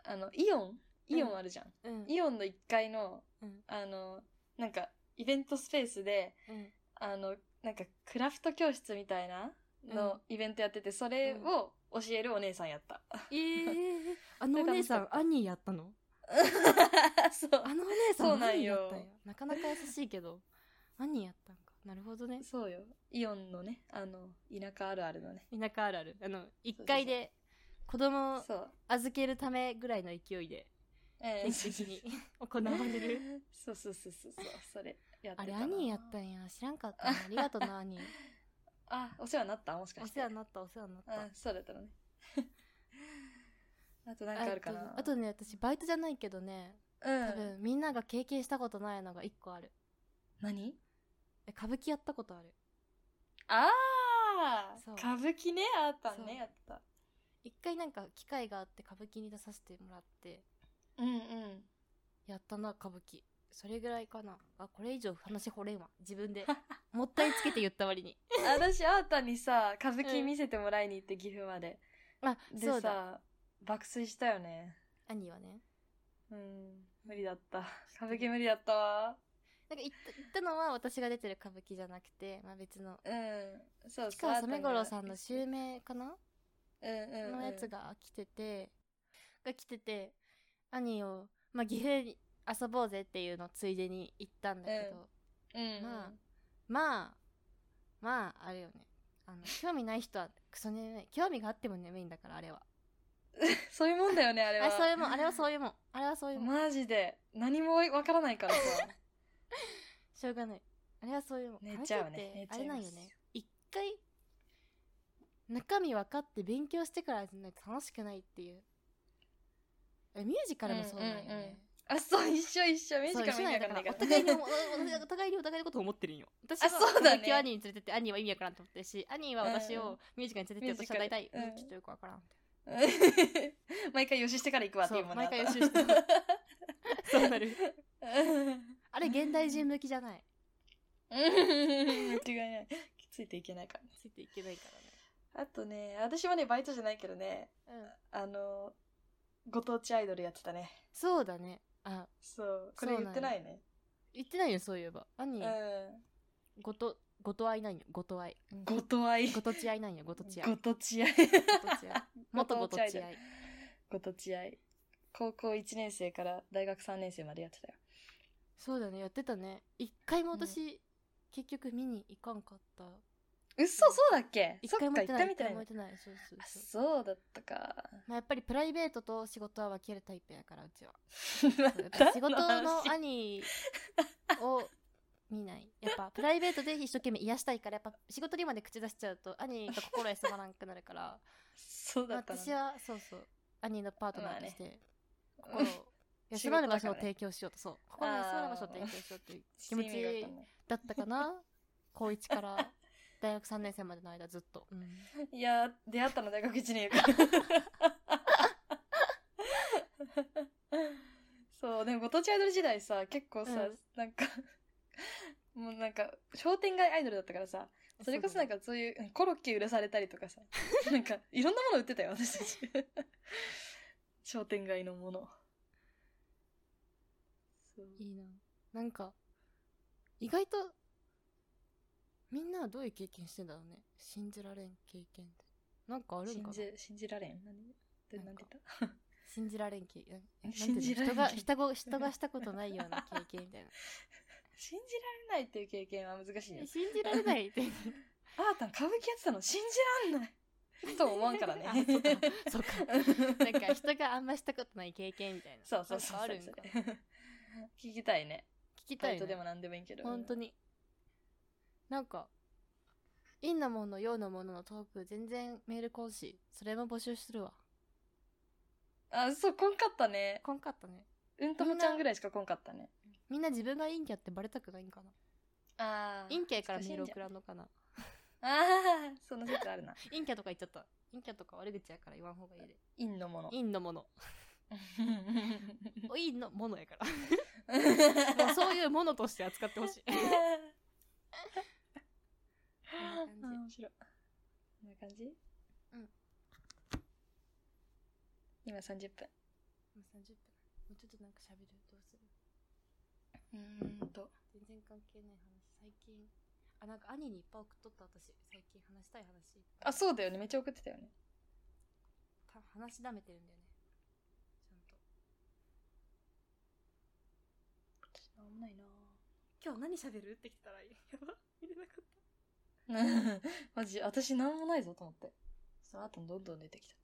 [SPEAKER 2] あのイオンイオンあるじゃん、
[SPEAKER 1] うん
[SPEAKER 2] イオンの1階の、
[SPEAKER 1] うん
[SPEAKER 2] あのなんかイベントスペースで
[SPEAKER 1] うん
[SPEAKER 2] あのなんかクラフト教室みたいなのイベントやっててそれを教えるお姉さん やった、
[SPEAKER 1] えー、あのお姉さんアニーやったの
[SPEAKER 2] そう
[SPEAKER 1] あのお姉さ
[SPEAKER 2] そうんな
[SPEAKER 1] ア
[SPEAKER 2] ん
[SPEAKER 1] ニー
[SPEAKER 2] よ
[SPEAKER 1] やったんやなかなか優しいけどアニーやったんかなるほどね
[SPEAKER 2] そうよイオンのねあの田舎あるあるのね
[SPEAKER 1] 田舎あるあるあの
[SPEAKER 2] そう
[SPEAKER 1] 1階で子供を
[SPEAKER 2] そう、
[SPEAKER 1] 預けるためぐらいの勢いで
[SPEAKER 2] え
[SPEAKER 1] 定期的に行われる
[SPEAKER 2] そうそうそうそうそうそれやっ て
[SPEAKER 1] あ
[SPEAKER 2] た
[SPEAKER 1] れ
[SPEAKER 2] な
[SPEAKER 1] アニーやったんや知らんかったなありがとうなアニー
[SPEAKER 2] あお世話になったもしか
[SPEAKER 1] お
[SPEAKER 2] して
[SPEAKER 1] 世話になったお世話になった
[SPEAKER 2] うんそうだったのね あとなんかあるかな
[SPEAKER 1] あとあとね私バイトじゃないけどね
[SPEAKER 2] うん
[SPEAKER 1] 多分みんなが経験したことないのが1個ある
[SPEAKER 2] 何
[SPEAKER 1] え歌舞伎やったことある
[SPEAKER 2] あ
[SPEAKER 1] そ
[SPEAKER 2] あ
[SPEAKER 1] う
[SPEAKER 2] 歌舞伎ねあった
[SPEAKER 1] そう
[SPEAKER 2] ねやってた
[SPEAKER 1] 一回なんか機会があって歌舞伎に出させてもらって
[SPEAKER 2] うんうん
[SPEAKER 1] やったな歌舞伎それぐらいかなあこれ以上話掘れんわ自分 でもったいつけて言った割に
[SPEAKER 2] 私あーたにさ歌舞伎
[SPEAKER 1] うん
[SPEAKER 2] 見せてもらいに行って岐阜まで、
[SPEAKER 1] あそ
[SPEAKER 2] で
[SPEAKER 1] うだ
[SPEAKER 2] さ爆睡したよね
[SPEAKER 1] 兄はね
[SPEAKER 2] うん無理だった歌舞伎無理だったわ
[SPEAKER 1] なんか行った行ったのは私が出てる歌舞伎じゃなくて、まあ、別の
[SPEAKER 2] うんそう
[SPEAKER 1] 市川染五郎さんの襲
[SPEAKER 2] 週
[SPEAKER 1] 名かな
[SPEAKER 2] うんうんうん
[SPEAKER 1] のやつが来てて、が来てて、兄を、まあ、岐阜に遊ぼうぜっていうのをついでに行ったんだけど、
[SPEAKER 2] うんうん
[SPEAKER 1] まあまあ、まあ、あれよね。あ の、興味ない人はクソ眠い。興味があっても眠いんだから、あれは。
[SPEAKER 2] そういうもんだよねあれは
[SPEAKER 1] あ、そういうもん、あれはそういうもん。あれはそういうもん。
[SPEAKER 2] マジで何もわからな いからさ
[SPEAKER 1] しょうがない。あれはそういうもん。
[SPEAKER 2] 寝ちゃうね
[SPEAKER 1] 話って
[SPEAKER 2] 寝ちゃ
[SPEAKER 1] あ
[SPEAKER 2] い
[SPEAKER 1] れ
[SPEAKER 2] ます
[SPEAKER 1] なんよね。一回、中身分かって勉強してからじゃないと楽しくないっていう。えミュージカルもそうなんよね。
[SPEAKER 2] うんうんうんあそう一緒一緒ミュージカルも意味わかんないから
[SPEAKER 1] そう一緒 なんやだからお互いにおおお互いにお互いのことを思ってるんよ私は
[SPEAKER 2] そうだね
[SPEAKER 1] 鈴木を兄に連れてって兄は意味わからんと思ってるし兄は私
[SPEAKER 2] うんうん
[SPEAKER 1] をミュージカルに連れてって私は
[SPEAKER 2] ミュ
[SPEAKER 1] 大
[SPEAKER 2] ー
[SPEAKER 1] 体、
[SPEAKER 2] ジカル
[SPEAKER 1] う
[SPEAKER 2] うん
[SPEAKER 1] ん、ちょっとよくわからんみたい
[SPEAKER 2] 毎回予習してから行くわっていうもんね
[SPEAKER 1] そう毎回予習して そうなるあれ現代人向きじゃない
[SPEAKER 2] うん間違いないついていけないからね
[SPEAKER 1] ついていけないから
[SPEAKER 2] あとね私はねバイトじゃないけどね
[SPEAKER 1] ねうん
[SPEAKER 2] あのご当地アイドルやってたね
[SPEAKER 1] そうだねあ
[SPEAKER 2] そうこれ言ってないね
[SPEAKER 1] 言ってないよそういえば兄、
[SPEAKER 2] う
[SPEAKER 1] ごとごと愛なんよごと愛
[SPEAKER 2] んご当愛
[SPEAKER 1] ごとち愛なんよごとち愛
[SPEAKER 2] ご当地愛
[SPEAKER 1] ごとち愛元ごとち愛
[SPEAKER 2] ご当地愛高校1年生から大学3年生までやってたよ
[SPEAKER 1] そうだねやってたね一回も私、結局見に行かんかった
[SPEAKER 2] 嘘そうだっけ
[SPEAKER 1] 一
[SPEAKER 2] そっ
[SPEAKER 1] 回
[SPEAKER 2] か
[SPEAKER 1] も
[SPEAKER 2] 行
[SPEAKER 1] 行
[SPEAKER 2] っ
[SPEAKER 1] ってな
[SPEAKER 2] た
[SPEAKER 1] い
[SPEAKER 2] み
[SPEAKER 1] 一
[SPEAKER 2] た
[SPEAKER 1] 回も行っ
[SPEAKER 2] いな
[SPEAKER 1] てないそうそう
[SPEAKER 2] あ
[SPEAKER 1] そう
[SPEAKER 2] そうだったか
[SPEAKER 1] まあ、やっぱりプライベートと仕事は分けるタイプやからう ちは
[SPEAKER 2] ま
[SPEAKER 1] やったぱ仕事
[SPEAKER 2] 何の
[SPEAKER 1] の
[SPEAKER 2] 話
[SPEAKER 1] 兄を見ないやっぱプライベートで一生懸命癒したいからやっぱ仕事にまで口出しちゃうと兄が心休まらなくなるから、
[SPEAKER 2] そう
[SPEAKER 1] まあ
[SPEAKER 2] だったな
[SPEAKER 1] 私はそうそう兄のパートナーとして
[SPEAKER 2] う
[SPEAKER 1] 心
[SPEAKER 2] ん
[SPEAKER 1] を 休まる場所を提供しようとそう心の休まる場所を
[SPEAKER 2] あー
[SPEAKER 1] 提供しようという気持
[SPEAKER 2] 意味がわか
[SPEAKER 1] ち
[SPEAKER 2] んない
[SPEAKER 1] だったか な高1から大学3年生までの間ずっと、うん
[SPEAKER 2] いや出会ったの大学1年やからそうでもご当地アイドル時代さ結構さ、
[SPEAKER 1] うん
[SPEAKER 2] なんかもうなんか商店街アイドルだったからさそれこそなん
[SPEAKER 1] か
[SPEAKER 2] かそういうコロッケ売らされたりとかさなんかいろんなもの売ってたよ私たち商店街のものそう
[SPEAKER 1] いいななんか意外とみんなはどういう経験してんだろうね信じられん経験ってなんかあるん
[SPEAKER 2] 信
[SPEAKER 1] かな
[SPEAKER 2] じ信じられん何で
[SPEAKER 1] なんか
[SPEAKER 2] なんて言っ
[SPEAKER 1] 信じられん経験
[SPEAKER 2] 信じられん
[SPEAKER 1] 人が人が人がしたことないような経験みたいな
[SPEAKER 2] た信じられないっていう経験は難 しいよ
[SPEAKER 1] え信じられないって
[SPEAKER 2] あーたん歌舞伎やってたの信 じらんないとは思わんからね
[SPEAKER 1] あそうかそうかなんか人があんましたことない経験みたいな
[SPEAKER 2] そうそうそう
[SPEAKER 1] なん
[SPEAKER 2] そ
[SPEAKER 1] かあ
[SPEAKER 2] う
[SPEAKER 1] るんか
[SPEAKER 2] それ聞きたいね
[SPEAKER 1] 聞きた
[SPEAKER 2] バ
[SPEAKER 1] い
[SPEAKER 2] イトで
[SPEAKER 1] ね
[SPEAKER 2] も何でもいいけど
[SPEAKER 1] 本当になんか陰のもの、陽のもののトーク、全然メール講師、それも募集するわ。
[SPEAKER 2] あ、そう、こんかったね。
[SPEAKER 1] こんかったね。
[SPEAKER 2] うんともちゃんぐらいしかこんかったね。
[SPEAKER 1] みんな自分が陰キャってバレたくないんかな。
[SPEAKER 2] ああ。
[SPEAKER 1] 陰キャやからメ
[SPEAKER 2] 恥
[SPEAKER 1] ー
[SPEAKER 2] ず
[SPEAKER 1] ル
[SPEAKER 2] かし
[SPEAKER 1] 送
[SPEAKER 2] いんじゃ
[SPEAKER 1] ら
[SPEAKER 2] ん
[SPEAKER 1] んのかな。
[SPEAKER 2] ああ、その説あるな。
[SPEAKER 1] 陰キャとか言っちゃった。陰キャとか悪口やから言わん方がいいで。
[SPEAKER 2] 陰の もの。
[SPEAKER 1] 陰のもの。お陰のものやから。もう
[SPEAKER 2] う。
[SPEAKER 1] そういうものとして扱ってほしい。
[SPEAKER 2] あー
[SPEAKER 1] こんな感
[SPEAKER 2] 面白い。こんな感じ
[SPEAKER 1] うん。
[SPEAKER 2] 今30分。
[SPEAKER 1] もう30分。もうちょっとなんか喋る。どうする
[SPEAKER 2] うーんと。
[SPEAKER 1] 全然関係ない話。最近。あ、なんか兄にいっぱい送っとった私。最近話したい話。
[SPEAKER 2] あ、そうだよね。めっちゃ送ってたよね。
[SPEAKER 1] 多分話しだめてるんだよね。ちゃんと。
[SPEAKER 2] 私なんないな
[SPEAKER 1] 今日何喋るって来たら、 やば。見れなかった。
[SPEAKER 2] ぁ マジ、私なんもないぞと思って。その後どんどん出てきた。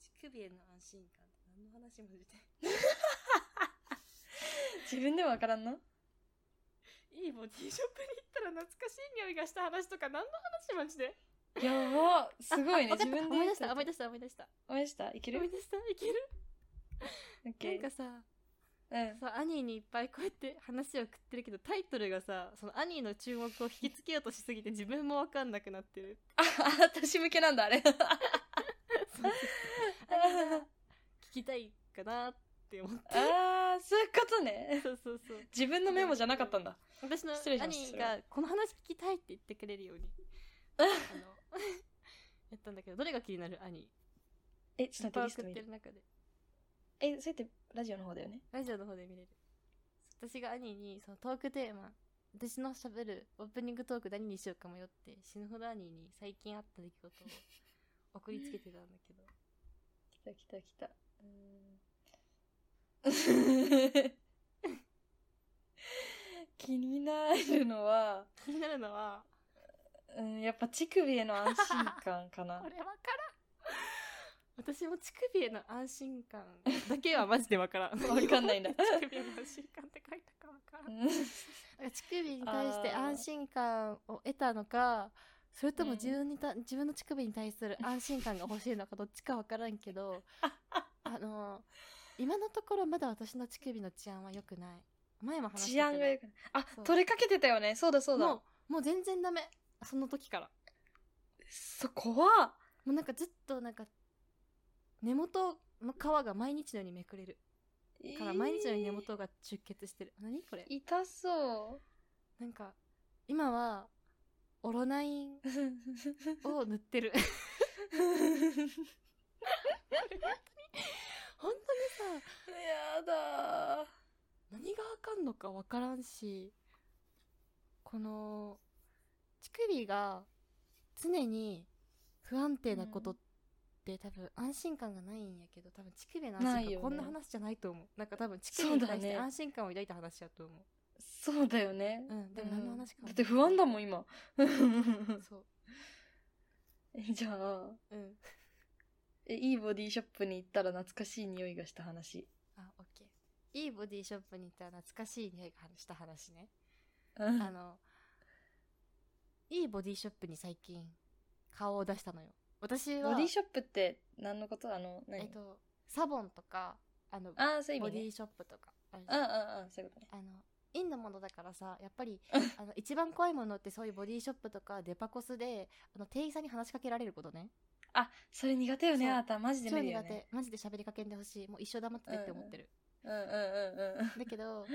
[SPEAKER 1] 乳首への安心感って何の話も出て。
[SPEAKER 2] 自分でもわからんな い
[SPEAKER 1] いボディショップに行ったら懐かしい匂いがした話とか何の話マジで
[SPEAKER 2] やばすごい
[SPEAKER 1] あ
[SPEAKER 2] ね。
[SPEAKER 1] わか
[SPEAKER 2] 自
[SPEAKER 1] った
[SPEAKER 2] 分で
[SPEAKER 1] 思い出した思い
[SPEAKER 2] 出
[SPEAKER 1] 出
[SPEAKER 2] し
[SPEAKER 1] した思い出した
[SPEAKER 2] た。思い出したいけ
[SPEAKER 1] 思い
[SPEAKER 2] る
[SPEAKER 1] 出したいける
[SPEAKER 2] オッ
[SPEAKER 1] な
[SPEAKER 2] ケ
[SPEAKER 1] んかさ
[SPEAKER 2] ー。うん。
[SPEAKER 1] そうアニーにいっぱいこうやって話を送ってるけどタイトルがさそのアニーの注目を引きつけようとしすぎて自分も分かんなくなって る
[SPEAKER 2] あ、私向けなんだ、あれ。
[SPEAKER 1] そうアニーが聞きたいかなって思って
[SPEAKER 2] あー、そういうこと ね。
[SPEAKER 1] そうそうそう
[SPEAKER 2] 自分のメモじゃなかったんだ。
[SPEAKER 1] 私の
[SPEAKER 2] 失礼しました
[SPEAKER 1] 兄
[SPEAKER 2] それは
[SPEAKER 1] がこの話聞きたいって言ってくれる ようにあのやったんだけどどれが気になる兄
[SPEAKER 2] え、ち
[SPEAKER 1] い
[SPEAKER 2] ょ
[SPEAKER 1] っ
[SPEAKER 2] っと
[SPEAKER 1] ぱい
[SPEAKER 2] 待っ
[SPEAKER 1] 送
[SPEAKER 2] て、
[SPEAKER 1] っ
[SPEAKER 2] リ
[SPEAKER 1] て
[SPEAKER 2] スト見
[SPEAKER 1] る
[SPEAKER 2] る。
[SPEAKER 1] 中で
[SPEAKER 2] え、そうやってラジオの方だよね。
[SPEAKER 1] ラジオの方で見れる私が兄にそのトークテーマ私のしゃべるオープニングトーク何にしようか迷って死ぬほど兄に最近あった出来事を送りつけてたんだけど
[SPEAKER 2] 来た来た来た。うーん 気になるのは、
[SPEAKER 1] 気になるのは
[SPEAKER 2] うん、やっぱ乳首への安心感かな
[SPEAKER 1] こ。れわからん私も乳首への安心感 だけはマジでわ からん
[SPEAKER 2] わかんないんだ
[SPEAKER 1] 乳首への安心感って書いたかわからん
[SPEAKER 2] う
[SPEAKER 1] な
[SPEAKER 2] ん
[SPEAKER 1] んか乳首に対して安心感を得たのかそれとも
[SPEAKER 2] うん
[SPEAKER 1] 自分にた、自分の乳首に対 する安心感が欲しいのかどっちか分からんけどあの今のところまだ私の乳首の治安は良くない前も話したけど
[SPEAKER 2] 治安が良くない。あ
[SPEAKER 1] そ、う
[SPEAKER 2] 取れかけてたよね。そうだそうだ。
[SPEAKER 1] もうもう全然ダメその時から
[SPEAKER 2] そ、怖っ
[SPEAKER 1] もうなんかずっとなんか根元の皮が毎日のようにめくれるから毎日のように根元が出血してる、何これ
[SPEAKER 2] えー痛 そ
[SPEAKER 1] なんか今はオロナイン
[SPEAKER 2] う。
[SPEAKER 1] を塗ってる
[SPEAKER 2] いや
[SPEAKER 1] 本当にさ
[SPEAKER 2] だー。
[SPEAKER 1] 何がわかんのかわからんしこの乳首が常に不安定なことって、多分安心感がないんやけど多分乳首の安心
[SPEAKER 2] ない
[SPEAKER 1] 感、
[SPEAKER 2] よね
[SPEAKER 1] こんな話じゃないと思うなんか多分乳首に対し
[SPEAKER 2] そうだ
[SPEAKER 1] て
[SPEAKER 2] ね
[SPEAKER 1] 安心感を抱いた話やと思
[SPEAKER 2] そうだよね。
[SPEAKER 1] う、うんでも何の話か
[SPEAKER 2] だって不安だ
[SPEAKER 1] ん
[SPEAKER 2] もん、今。
[SPEAKER 1] そう
[SPEAKER 2] えじゃあ、
[SPEAKER 1] うん
[SPEAKER 2] えいいボディショップに行ったら懐かしい匂いがした話。
[SPEAKER 1] あオッケーいいボディショップに行ったら懐かしい匂いがした話ね
[SPEAKER 2] うん
[SPEAKER 1] あの、いいボディショップに最近、顔を出したのよ。私は、
[SPEAKER 2] ボディショップって何のことあの、
[SPEAKER 1] え
[SPEAKER 2] 何、
[SPEAKER 1] っと、サボンとか、あの、
[SPEAKER 2] ああ、そういう
[SPEAKER 1] ボ
[SPEAKER 2] 意味
[SPEAKER 1] ディ
[SPEAKER 2] ね。
[SPEAKER 1] ショップとか、あるじ
[SPEAKER 2] うん
[SPEAKER 1] ゃ
[SPEAKER 2] うんんうん、そういうことね。
[SPEAKER 1] あの、インのものだからさ、やっぱり、あの、一番怖いものってそういうボディショップとかデパコスで、あの、店員さんに話しかけられることね。
[SPEAKER 2] あ、それ苦手よね、
[SPEAKER 1] そう
[SPEAKER 2] あなた。マジで
[SPEAKER 1] 超
[SPEAKER 2] 無理よ
[SPEAKER 1] 苦
[SPEAKER 2] ね。
[SPEAKER 1] 手。マジで喋りかけんでほしい。もう一生黙っててって思ってる。
[SPEAKER 2] うんうんうんうん。
[SPEAKER 1] だけど、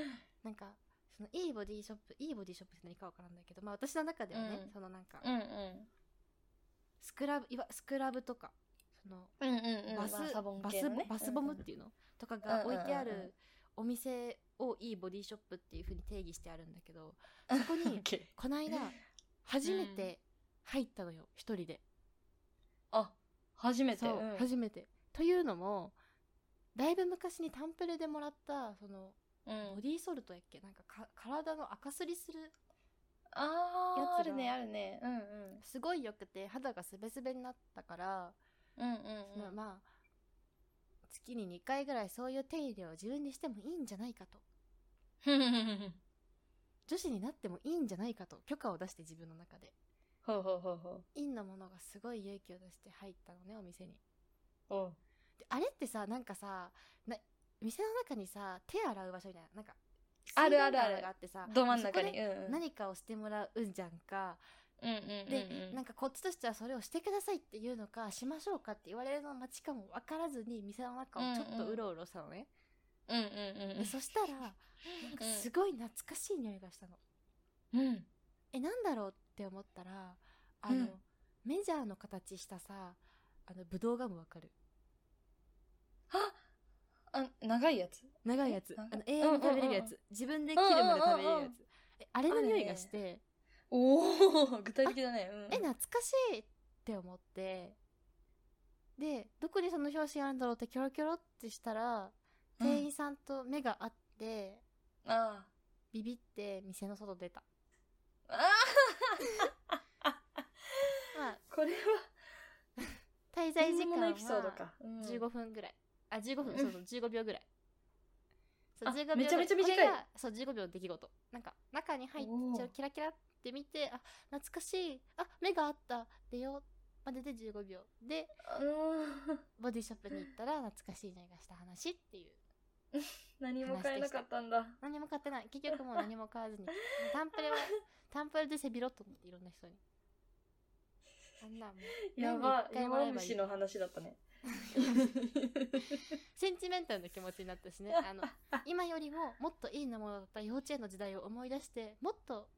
[SPEAKER 1] なんか、そのいいボディショップ、いいボディショップって何かわからんだけど、まあ私の中ではね、
[SPEAKER 2] うん
[SPEAKER 1] そのなんか、
[SPEAKER 2] うん
[SPEAKER 1] スクラブ、いわ、スクラブとか、その、
[SPEAKER 2] うん。うんうんうん。
[SPEAKER 1] バス、
[SPEAKER 2] まあサボン
[SPEAKER 1] バス
[SPEAKER 2] 系のね
[SPEAKER 1] バスボムっ
[SPEAKER 2] うんうん
[SPEAKER 1] ていうの、とかが置いてあ
[SPEAKER 2] うんうんうんうん
[SPEAKER 1] るお店をいいボディショップっていう風に定義してあるんだけど、そこ
[SPEAKER 2] オ
[SPEAKER 1] に
[SPEAKER 2] ッ、ケー
[SPEAKER 1] こないだ、初めて入ったのよ、一人で。
[SPEAKER 2] あ、初めて。
[SPEAKER 1] そう、
[SPEAKER 2] うん
[SPEAKER 1] 初めて。というのも、だいぶ昔にタンプレでもらった、その、
[SPEAKER 2] うん
[SPEAKER 1] ボディーソルトやっけなんかか、体の赤すりする、
[SPEAKER 2] あ
[SPEAKER 1] やつ
[SPEAKER 2] あ
[SPEAKER 1] が
[SPEAKER 2] あるねあるねうん
[SPEAKER 1] すごい良くて、肌がすべすべになったから、
[SPEAKER 2] うんうん
[SPEAKER 1] その
[SPEAKER 2] うん
[SPEAKER 1] まあ、月に2回ぐらいそういう手入れを自分にしてもいいんじゃないかと。女子になってもいいんじゃないかと許可を出して自分の中で
[SPEAKER 2] ほうほうほうほ
[SPEAKER 1] インのものがすごい勇気を出して入ったのねお店に
[SPEAKER 2] う。おう
[SPEAKER 1] であれってさなんかさな店の中にさ手洗う場所みたいななんか
[SPEAKER 2] あるあるある
[SPEAKER 1] 水道管があってさ
[SPEAKER 2] ど真ん中
[SPEAKER 1] そ
[SPEAKER 2] に。
[SPEAKER 1] こ
[SPEAKER 2] うん
[SPEAKER 1] で
[SPEAKER 2] うん。
[SPEAKER 1] 何かをしてもらうんじゃんか、
[SPEAKER 2] うんうんうんうん。
[SPEAKER 1] で、なんかこっちとしてはそれをしてくださいっていうのかしましょうかって言われるの待ちかも分からずに店の中をちょっとうろうろしたのね、
[SPEAKER 2] うんうん
[SPEAKER 1] でそしたらなんかすごい懐かしい匂いがしたの、
[SPEAKER 2] うん。うん。
[SPEAKER 1] えなんだろうって思ったらあの、
[SPEAKER 2] うん
[SPEAKER 1] メジャーの形したさあのブドウガムわかる
[SPEAKER 2] あ、長いやつ。
[SPEAKER 1] 長いやつ
[SPEAKER 2] えなん
[SPEAKER 1] あ
[SPEAKER 2] か
[SPEAKER 1] の永遠に食べれるやつ、
[SPEAKER 2] うんうん
[SPEAKER 1] 自分で切るまで食べれるやつ、えあれの匂いがして、
[SPEAKER 2] おお、具体的だね。うん。
[SPEAKER 1] え懐かしいって思ってでどこにその表紙があるんだろうってキョロキョロってしたら、
[SPEAKER 2] うん
[SPEAKER 1] 店員さんと目が合って
[SPEAKER 2] あ
[SPEAKER 1] ビビって店の外出た
[SPEAKER 2] あ。ああ、
[SPEAKER 1] まあ
[SPEAKER 2] これは。
[SPEAKER 1] 滞在時
[SPEAKER 2] 自分
[SPEAKER 1] 間
[SPEAKER 2] の
[SPEAKER 1] は
[SPEAKER 2] エピソードか。うん
[SPEAKER 1] 15分ぐらい、あ15分
[SPEAKER 2] うん
[SPEAKER 1] そうそう15秒ぐらいそう
[SPEAKER 2] あ
[SPEAKER 1] 15秒
[SPEAKER 2] めちゃめちゃ短い
[SPEAKER 1] これがそう15秒の出来事なんか中に入って
[SPEAKER 2] おー
[SPEAKER 1] ちょっとキラキラって見てあ懐かしいあ目があった出ようまでで15秒で
[SPEAKER 2] うん。
[SPEAKER 1] ボディショップに行ったら懐かしい匂いがした話っていう
[SPEAKER 2] 何も買えなかったんだ。
[SPEAKER 1] 何も買ってない結 局もう何も買わずにもうタンプレはタンプレで背広と思っていろんな人にあんなも う
[SPEAKER 2] やば
[SPEAKER 1] 年に一、回もらえばいい
[SPEAKER 2] 山虫の話だったね。
[SPEAKER 1] センチメンタルな気持ちになったしね あの今よりももっといいものだった幼稚園の時代を思い出してもっと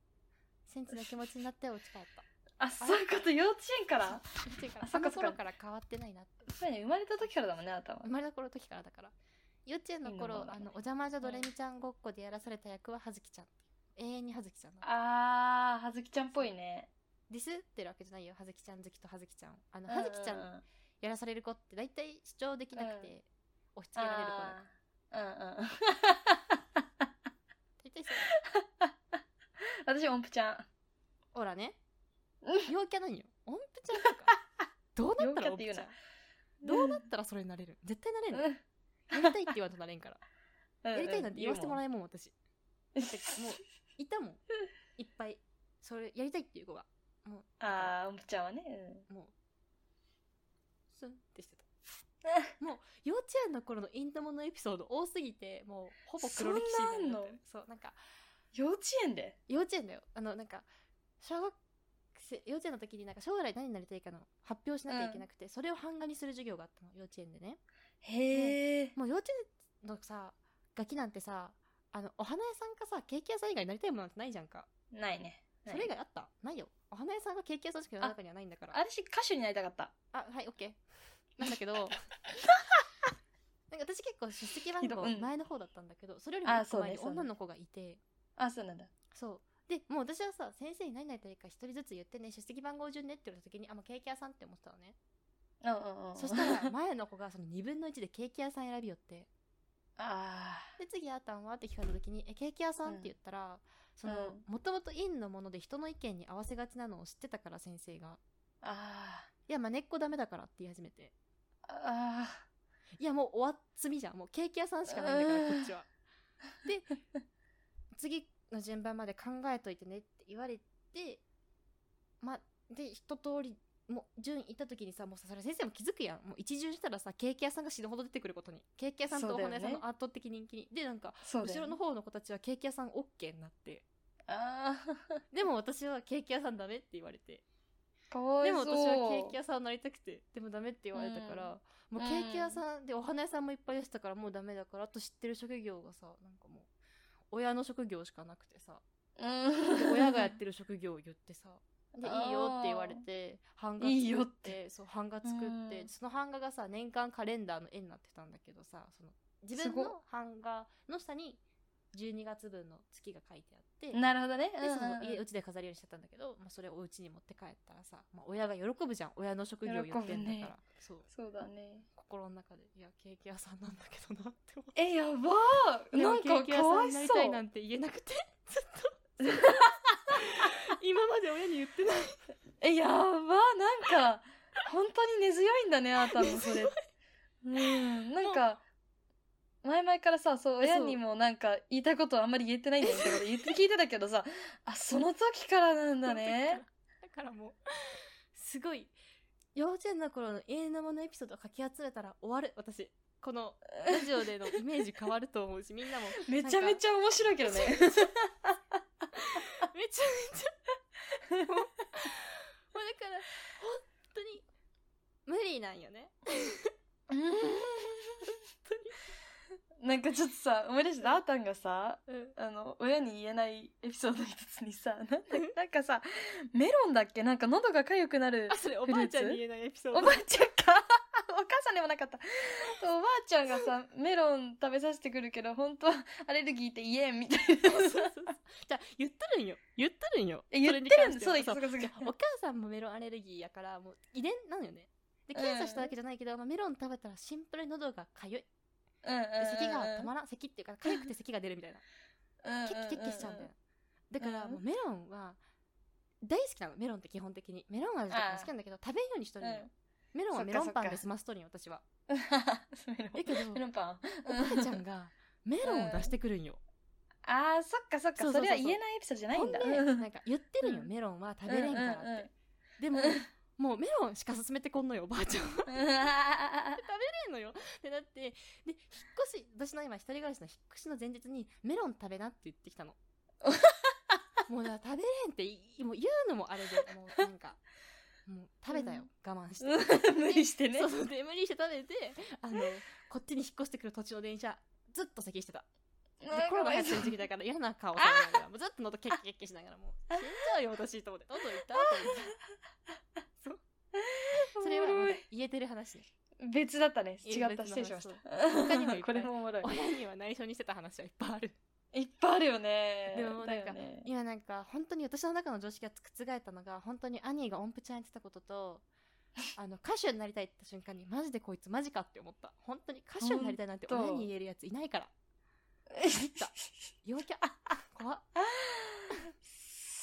[SPEAKER 1] センチな気持ちになって落ち帰った
[SPEAKER 2] あ、そういうこと、幼稚園から。
[SPEAKER 1] っていうか
[SPEAKER 2] あ
[SPEAKER 1] そ
[SPEAKER 2] そ
[SPEAKER 1] の
[SPEAKER 2] っかそっか
[SPEAKER 1] 頃から変わってないなって
[SPEAKER 2] そうやね、生まれた時からだもんね、頭
[SPEAKER 1] 生。まれた頃の時からだから幼稚園の頃
[SPEAKER 2] いいのも
[SPEAKER 1] あ
[SPEAKER 2] ある
[SPEAKER 1] の
[SPEAKER 2] ね
[SPEAKER 1] お邪魔女ドレミちゃんごっこでやらされた役は葉月ちゃん永遠に葉月ちゃんだ
[SPEAKER 2] あー、はずきちゃんっぽいね。
[SPEAKER 1] ディスってるわけじゃないよ葉月ちゃん好きと葉月ちゃんをあの
[SPEAKER 2] は
[SPEAKER 1] 葉
[SPEAKER 2] ず
[SPEAKER 1] 月
[SPEAKER 2] き
[SPEAKER 1] ちゃんやらされる子って大体主張できなくて、押し付けられる子だから
[SPEAKER 2] うん うん。
[SPEAKER 1] 大体そう
[SPEAKER 2] 私、音符ちゃん。
[SPEAKER 1] ほらね
[SPEAKER 2] う
[SPEAKER 1] 陽キャなんよ音符ちゃんとか どうなったら
[SPEAKER 2] 陽
[SPEAKER 1] 音
[SPEAKER 2] キ
[SPEAKER 1] 符
[SPEAKER 2] ャって言う
[SPEAKER 1] ちゃ
[SPEAKER 2] なん
[SPEAKER 1] どうなったらそれになれる絶対なれんの
[SPEAKER 2] うん
[SPEAKER 1] やりたいって言わんとなれん からやりたいなんて言わせてもら
[SPEAKER 2] え
[SPEAKER 1] えんもん私だってもういたもんいっぱいそれやりたいっていう子がもうだから
[SPEAKER 2] あー、音符ちゃんはね。
[SPEAKER 1] もうスンってしてたもう幼稚園の頃のインタモのエピソード多すぎてもうほぼ黒歴史みたいになってるそうなんか
[SPEAKER 2] 幼稚園で
[SPEAKER 1] 幼稚園だよあのなんか小学生幼稚園の時になんか将来何になりたいかの発表しなきゃいけなくて、それを版画にする授業があったの幼稚園でね
[SPEAKER 2] へえ。
[SPEAKER 1] もう幼稚園のさ楽器なんてさあのお花屋さんかさケーキ屋さん以外になりたいものなんてないじゃんか
[SPEAKER 2] ないね。
[SPEAKER 1] それ以外あったないよお花屋さんがケーキ屋さんしか世の中にはないんだから
[SPEAKER 2] 私、歌手になりたかった。
[SPEAKER 1] あはいオッケーなんだけ どなんか私結構出席番
[SPEAKER 2] ひど
[SPEAKER 1] 号
[SPEAKER 2] うん
[SPEAKER 1] 前の方だったんだけど、それよりも
[SPEAKER 2] あ
[SPEAKER 1] 一個
[SPEAKER 2] そうね
[SPEAKER 1] 前に
[SPEAKER 2] そうね
[SPEAKER 1] 女の子がいて
[SPEAKER 2] あ、そうなんだ。
[SPEAKER 1] そうでもう私はさ先生に何々というか一人ずつ言ってね出席番号順ねって言われた時にあもうケーキ屋さんって思ってたのね
[SPEAKER 2] うんうんうん。
[SPEAKER 1] そしたら前の子がその2分の1でケーキ屋さん選びよって
[SPEAKER 2] あ
[SPEAKER 1] で次あーたんはって聞かれた時にえケーキ屋さんって言ったら、その
[SPEAKER 2] うん
[SPEAKER 1] もともと院のもので人の意見に合わせがちなのを知ってたから先生が
[SPEAKER 2] あ。あ
[SPEAKER 1] いやまねっこダメだからって言い始めて
[SPEAKER 2] あ。あ
[SPEAKER 1] いやもう終わっつみじゃんもうケーキ屋さんしかないんだから
[SPEAKER 2] う
[SPEAKER 1] こ
[SPEAKER 2] ん
[SPEAKER 1] っちはで次の順番まで考えといてねって言われてまで一通りもう順行った時にさもうさそれ先生も気づくやんもう一巡したらさケーキ屋さんが死ぬほど出てくることにケーキ屋さんとお
[SPEAKER 2] そうだよ
[SPEAKER 1] 花
[SPEAKER 2] ね
[SPEAKER 1] 屋さんの圧倒的人気に、でなんか
[SPEAKER 2] あ。そうだ
[SPEAKER 1] 後
[SPEAKER 2] よ
[SPEAKER 1] ろ
[SPEAKER 2] ね
[SPEAKER 1] の。方の子たちはケーキ屋さん OK になって
[SPEAKER 2] あ
[SPEAKER 1] でも私はケーキ屋さんダメって言われて
[SPEAKER 2] あ。かわ
[SPEAKER 1] で
[SPEAKER 2] いそ
[SPEAKER 1] も
[SPEAKER 2] う。
[SPEAKER 1] 私はケーキ屋さんになりたくてでもダメって言われたから、
[SPEAKER 2] ん
[SPEAKER 1] もうケーキ屋さんでお花屋さんもいっぱいでしたからもうダメだからあと知ってる職業がさなんかもう親の職業しかなくてさで
[SPEAKER 2] うん。
[SPEAKER 1] 親がやってる職業を言ってさで
[SPEAKER 2] あー
[SPEAKER 1] いいよって言われて版画作って
[SPEAKER 2] いいよって
[SPEAKER 1] そう版画作って、
[SPEAKER 2] うん
[SPEAKER 1] その版画がさ年間カレンダーの絵になってたんだけどさその自分
[SPEAKER 2] すご
[SPEAKER 1] の版画の下に12月分の月が書いてあって
[SPEAKER 2] なるほどね。
[SPEAKER 1] で
[SPEAKER 2] うん
[SPEAKER 1] その
[SPEAKER 2] うん
[SPEAKER 1] 家うちで飾るようにしちゃったんだけど、まあ、それをお家に持って帰ったらさ、まあ、親が喜ぶじゃん親の職業を言ってんだ
[SPEAKER 2] 喜
[SPEAKER 1] か
[SPEAKER 2] ぶ
[SPEAKER 1] ら
[SPEAKER 2] ね、
[SPEAKER 1] そう
[SPEAKER 2] そうだね。
[SPEAKER 1] 心の中でいやケーキ屋さんなんだけどなって思っ
[SPEAKER 2] え、やば
[SPEAKER 1] て
[SPEAKER 2] ー なん
[SPEAKER 1] でも
[SPEAKER 2] か
[SPEAKER 1] ケーキ屋
[SPEAKER 2] か
[SPEAKER 1] さ
[SPEAKER 2] わ
[SPEAKER 1] ん
[SPEAKER 2] い
[SPEAKER 1] になり
[SPEAKER 2] そ
[SPEAKER 1] たいうな。んて言えなくて ずっと 今まで親に言ってない
[SPEAKER 2] え、やばーなんか、本当に根強いんだね、あなたのそれ。うん、なんか、前々からさ、そう、
[SPEAKER 1] えそう
[SPEAKER 2] 親にもなんか言いたいことはあんまり言えてないんだけど、言って聞いてたけどさ、あ、その時からなんだね。
[SPEAKER 1] だからもうすごい幼稚園の頃の永遠のものエピソードをかき集めたら終わる私このラジオでのイメージ変わると思うしみんなも
[SPEAKER 2] めちゃめちゃ面白いけどね。
[SPEAKER 1] ゃ めちゃめちゃもうもうだから本当に無理なんよ ね
[SPEAKER 2] なんかちょっとさ、思い出した、ダータンがさ、
[SPEAKER 1] うん
[SPEAKER 2] あの、親に言えないエピソードの一つ にさ、なんだなんかさ、メロンだっけなんか喉が痒くなる
[SPEAKER 1] あ。それおばあちゃんに言えないエピソー
[SPEAKER 2] お
[SPEAKER 1] ド
[SPEAKER 2] ばあちゃんか お母さんでもなかった。おばあちゃんがさ、メロン食べさせてくるけど、本当はアレルギーって言えんみたいな。
[SPEAKER 1] そうそうそうじゃあ言ってるんよ言ってるんよ
[SPEAKER 2] え言ってるんだ。そ
[SPEAKER 1] それに関して
[SPEAKER 2] うだ、そ
[SPEAKER 1] は
[SPEAKER 2] うかそうか
[SPEAKER 1] お母さんもメロンアレルギーやからもう遺伝なのよねで検査したわけじゃないけど、まあ、メロン食べたらシンプルに喉が痒いで
[SPEAKER 2] うんうんうん
[SPEAKER 1] 咳が止まらん咳っていう か痒くて咳が出るみたいな
[SPEAKER 2] うんうん
[SPEAKER 1] ケッキケッキしちゃうんだよだから
[SPEAKER 2] うん
[SPEAKER 1] もうメロンは大好きなのメロンって基本的にメロン味とかも好きなんだけど食べんようにしとるのよ メロンはメロンパンで済ましとるんよ私は
[SPEAKER 2] うんメロ
[SPEAKER 1] だ け
[SPEAKER 2] ン
[SPEAKER 1] ど
[SPEAKER 2] メロンパン。
[SPEAKER 1] おばあちゃんがメロンを出してくるんよ
[SPEAKER 2] あー、そっかそっか。
[SPEAKER 1] そうそうそうそう
[SPEAKER 2] それは言えないエピソードじゃない
[SPEAKER 1] ほ
[SPEAKER 2] ん
[SPEAKER 1] ん
[SPEAKER 2] だ
[SPEAKER 1] で。
[SPEAKER 2] うん
[SPEAKER 1] なんか言ってるんよ
[SPEAKER 2] うん
[SPEAKER 1] メロンは食べれんから
[SPEAKER 2] うんうん
[SPEAKER 1] っ
[SPEAKER 2] う
[SPEAKER 1] て
[SPEAKER 2] ん
[SPEAKER 1] でも
[SPEAKER 2] うん
[SPEAKER 1] もうメロンしか勧めてこんのよおばあちゃんは 食べれんのよでだってで引っ越し私の今一人暮らしの引っ越しの前日にメロン食べなって言ってき たのもうだから食べれんっていもう言うのもあれでもうなんかもう食べたよ、我慢して
[SPEAKER 2] うん無理してね
[SPEAKER 1] そう。そうで無理して食べてあのこっちに引っ越してくる途中の電車ずっと咳してたで
[SPEAKER 2] なんか
[SPEAKER 1] コロナ流行ってる時期だから嫌な顔されながらもうずっと喉ケッケッケしながらも う死んじゃうよ私と思って喉痛っと思って それは
[SPEAKER 2] おもろい
[SPEAKER 1] 言えてる話ね
[SPEAKER 2] 別だったね。
[SPEAKER 1] い
[SPEAKER 2] 違っ
[SPEAKER 1] 別の
[SPEAKER 2] た。
[SPEAKER 1] 話
[SPEAKER 2] 失礼しまし
[SPEAKER 1] う他にもいっぱ
[SPEAKER 2] た。
[SPEAKER 1] い
[SPEAKER 2] これもおもろい。
[SPEAKER 1] 親には内緒にしてた話はいっぱいある
[SPEAKER 2] いっぱいあるよね。
[SPEAKER 1] でもなん
[SPEAKER 2] だ
[SPEAKER 1] か、
[SPEAKER 2] よね
[SPEAKER 1] 今なんか本当に私の中の常識が覆ったのが本当にアニーが音符ちゃんやってたこととあの歌手になりたいって言った瞬間にマジでこいつマジかって思った本当に歌手になりたいなんて
[SPEAKER 2] ほんと
[SPEAKER 1] 親に言えるやついないからた陽キャ怖っ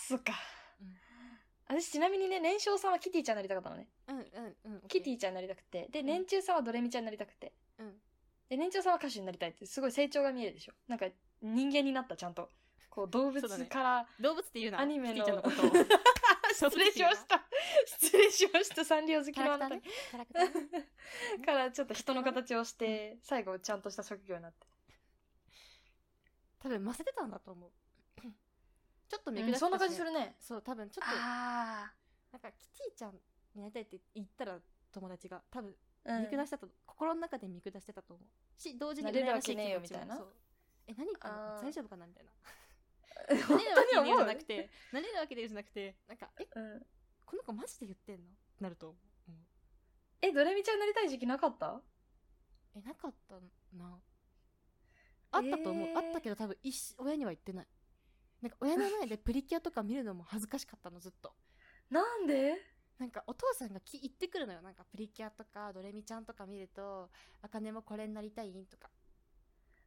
[SPEAKER 2] そっか
[SPEAKER 1] うん。
[SPEAKER 2] 私ちなみにね、年少さんはキティちゃんになりたかったのね。
[SPEAKER 1] うんうんうん
[SPEAKER 2] キティちゃんになりたくて。で、年中さんはドレミちゃんになりたくて。
[SPEAKER 1] うん
[SPEAKER 2] で、年長さんは歌手になりたいって、すごい成長が見えるでしょ。なんか、人間になった、ちゃんと。こう、動物
[SPEAKER 1] そうだね
[SPEAKER 2] から、
[SPEAKER 1] 動物って言うな
[SPEAKER 2] アニメの
[SPEAKER 1] キティちゃんのことを
[SPEAKER 2] 失礼しました。失礼しました。サンリオ好き
[SPEAKER 1] キャ
[SPEAKER 2] の
[SPEAKER 1] ラクタ
[SPEAKER 2] あ
[SPEAKER 1] ー
[SPEAKER 2] なた
[SPEAKER 1] ねキャラクターね
[SPEAKER 2] から、ちょっと人の形をして、最後、ちゃんとした職業になって。
[SPEAKER 1] 多分ませてたんだと思う ちょっと見下
[SPEAKER 2] うん
[SPEAKER 1] してたしね
[SPEAKER 2] そんな感じするね。
[SPEAKER 1] そう多分ちょっと
[SPEAKER 2] あ
[SPEAKER 1] なんかキティちゃんになりたいって言ったら友達が多分
[SPEAKER 2] あ。うん
[SPEAKER 1] 見下してたと、心の中で見下してたと思うし同時に
[SPEAKER 2] なれる
[SPEAKER 1] 羨
[SPEAKER 2] わ
[SPEAKER 1] まし
[SPEAKER 2] け
[SPEAKER 1] い気持ちも
[SPEAKER 2] ねえよみたいな
[SPEAKER 1] そうえ何言ってんの
[SPEAKER 2] あー
[SPEAKER 1] 大丈夫かなみたいなな
[SPEAKER 2] 本
[SPEAKER 1] れるわけ
[SPEAKER 2] 当に
[SPEAKER 1] ねえじ
[SPEAKER 2] 思
[SPEAKER 1] ゃ
[SPEAKER 2] う
[SPEAKER 1] なくてなれるわけねえじゃなくてなんかえ
[SPEAKER 2] うん
[SPEAKER 1] この子マジで言ってんのなると思う、うん
[SPEAKER 2] え、ドレミちゃんになりたい時期なかった
[SPEAKER 1] えなかったなあったと思う、
[SPEAKER 2] えー
[SPEAKER 1] あったけど多分一し親には言ってないなんか親の前でプリキュアとか見るのも恥ずかしかったのずっと
[SPEAKER 2] なんで
[SPEAKER 1] なんかお父さんがき言ってくるのよなんかプリキュアとかドレミちゃんとか見ると「あかねもこれになりたい?」とか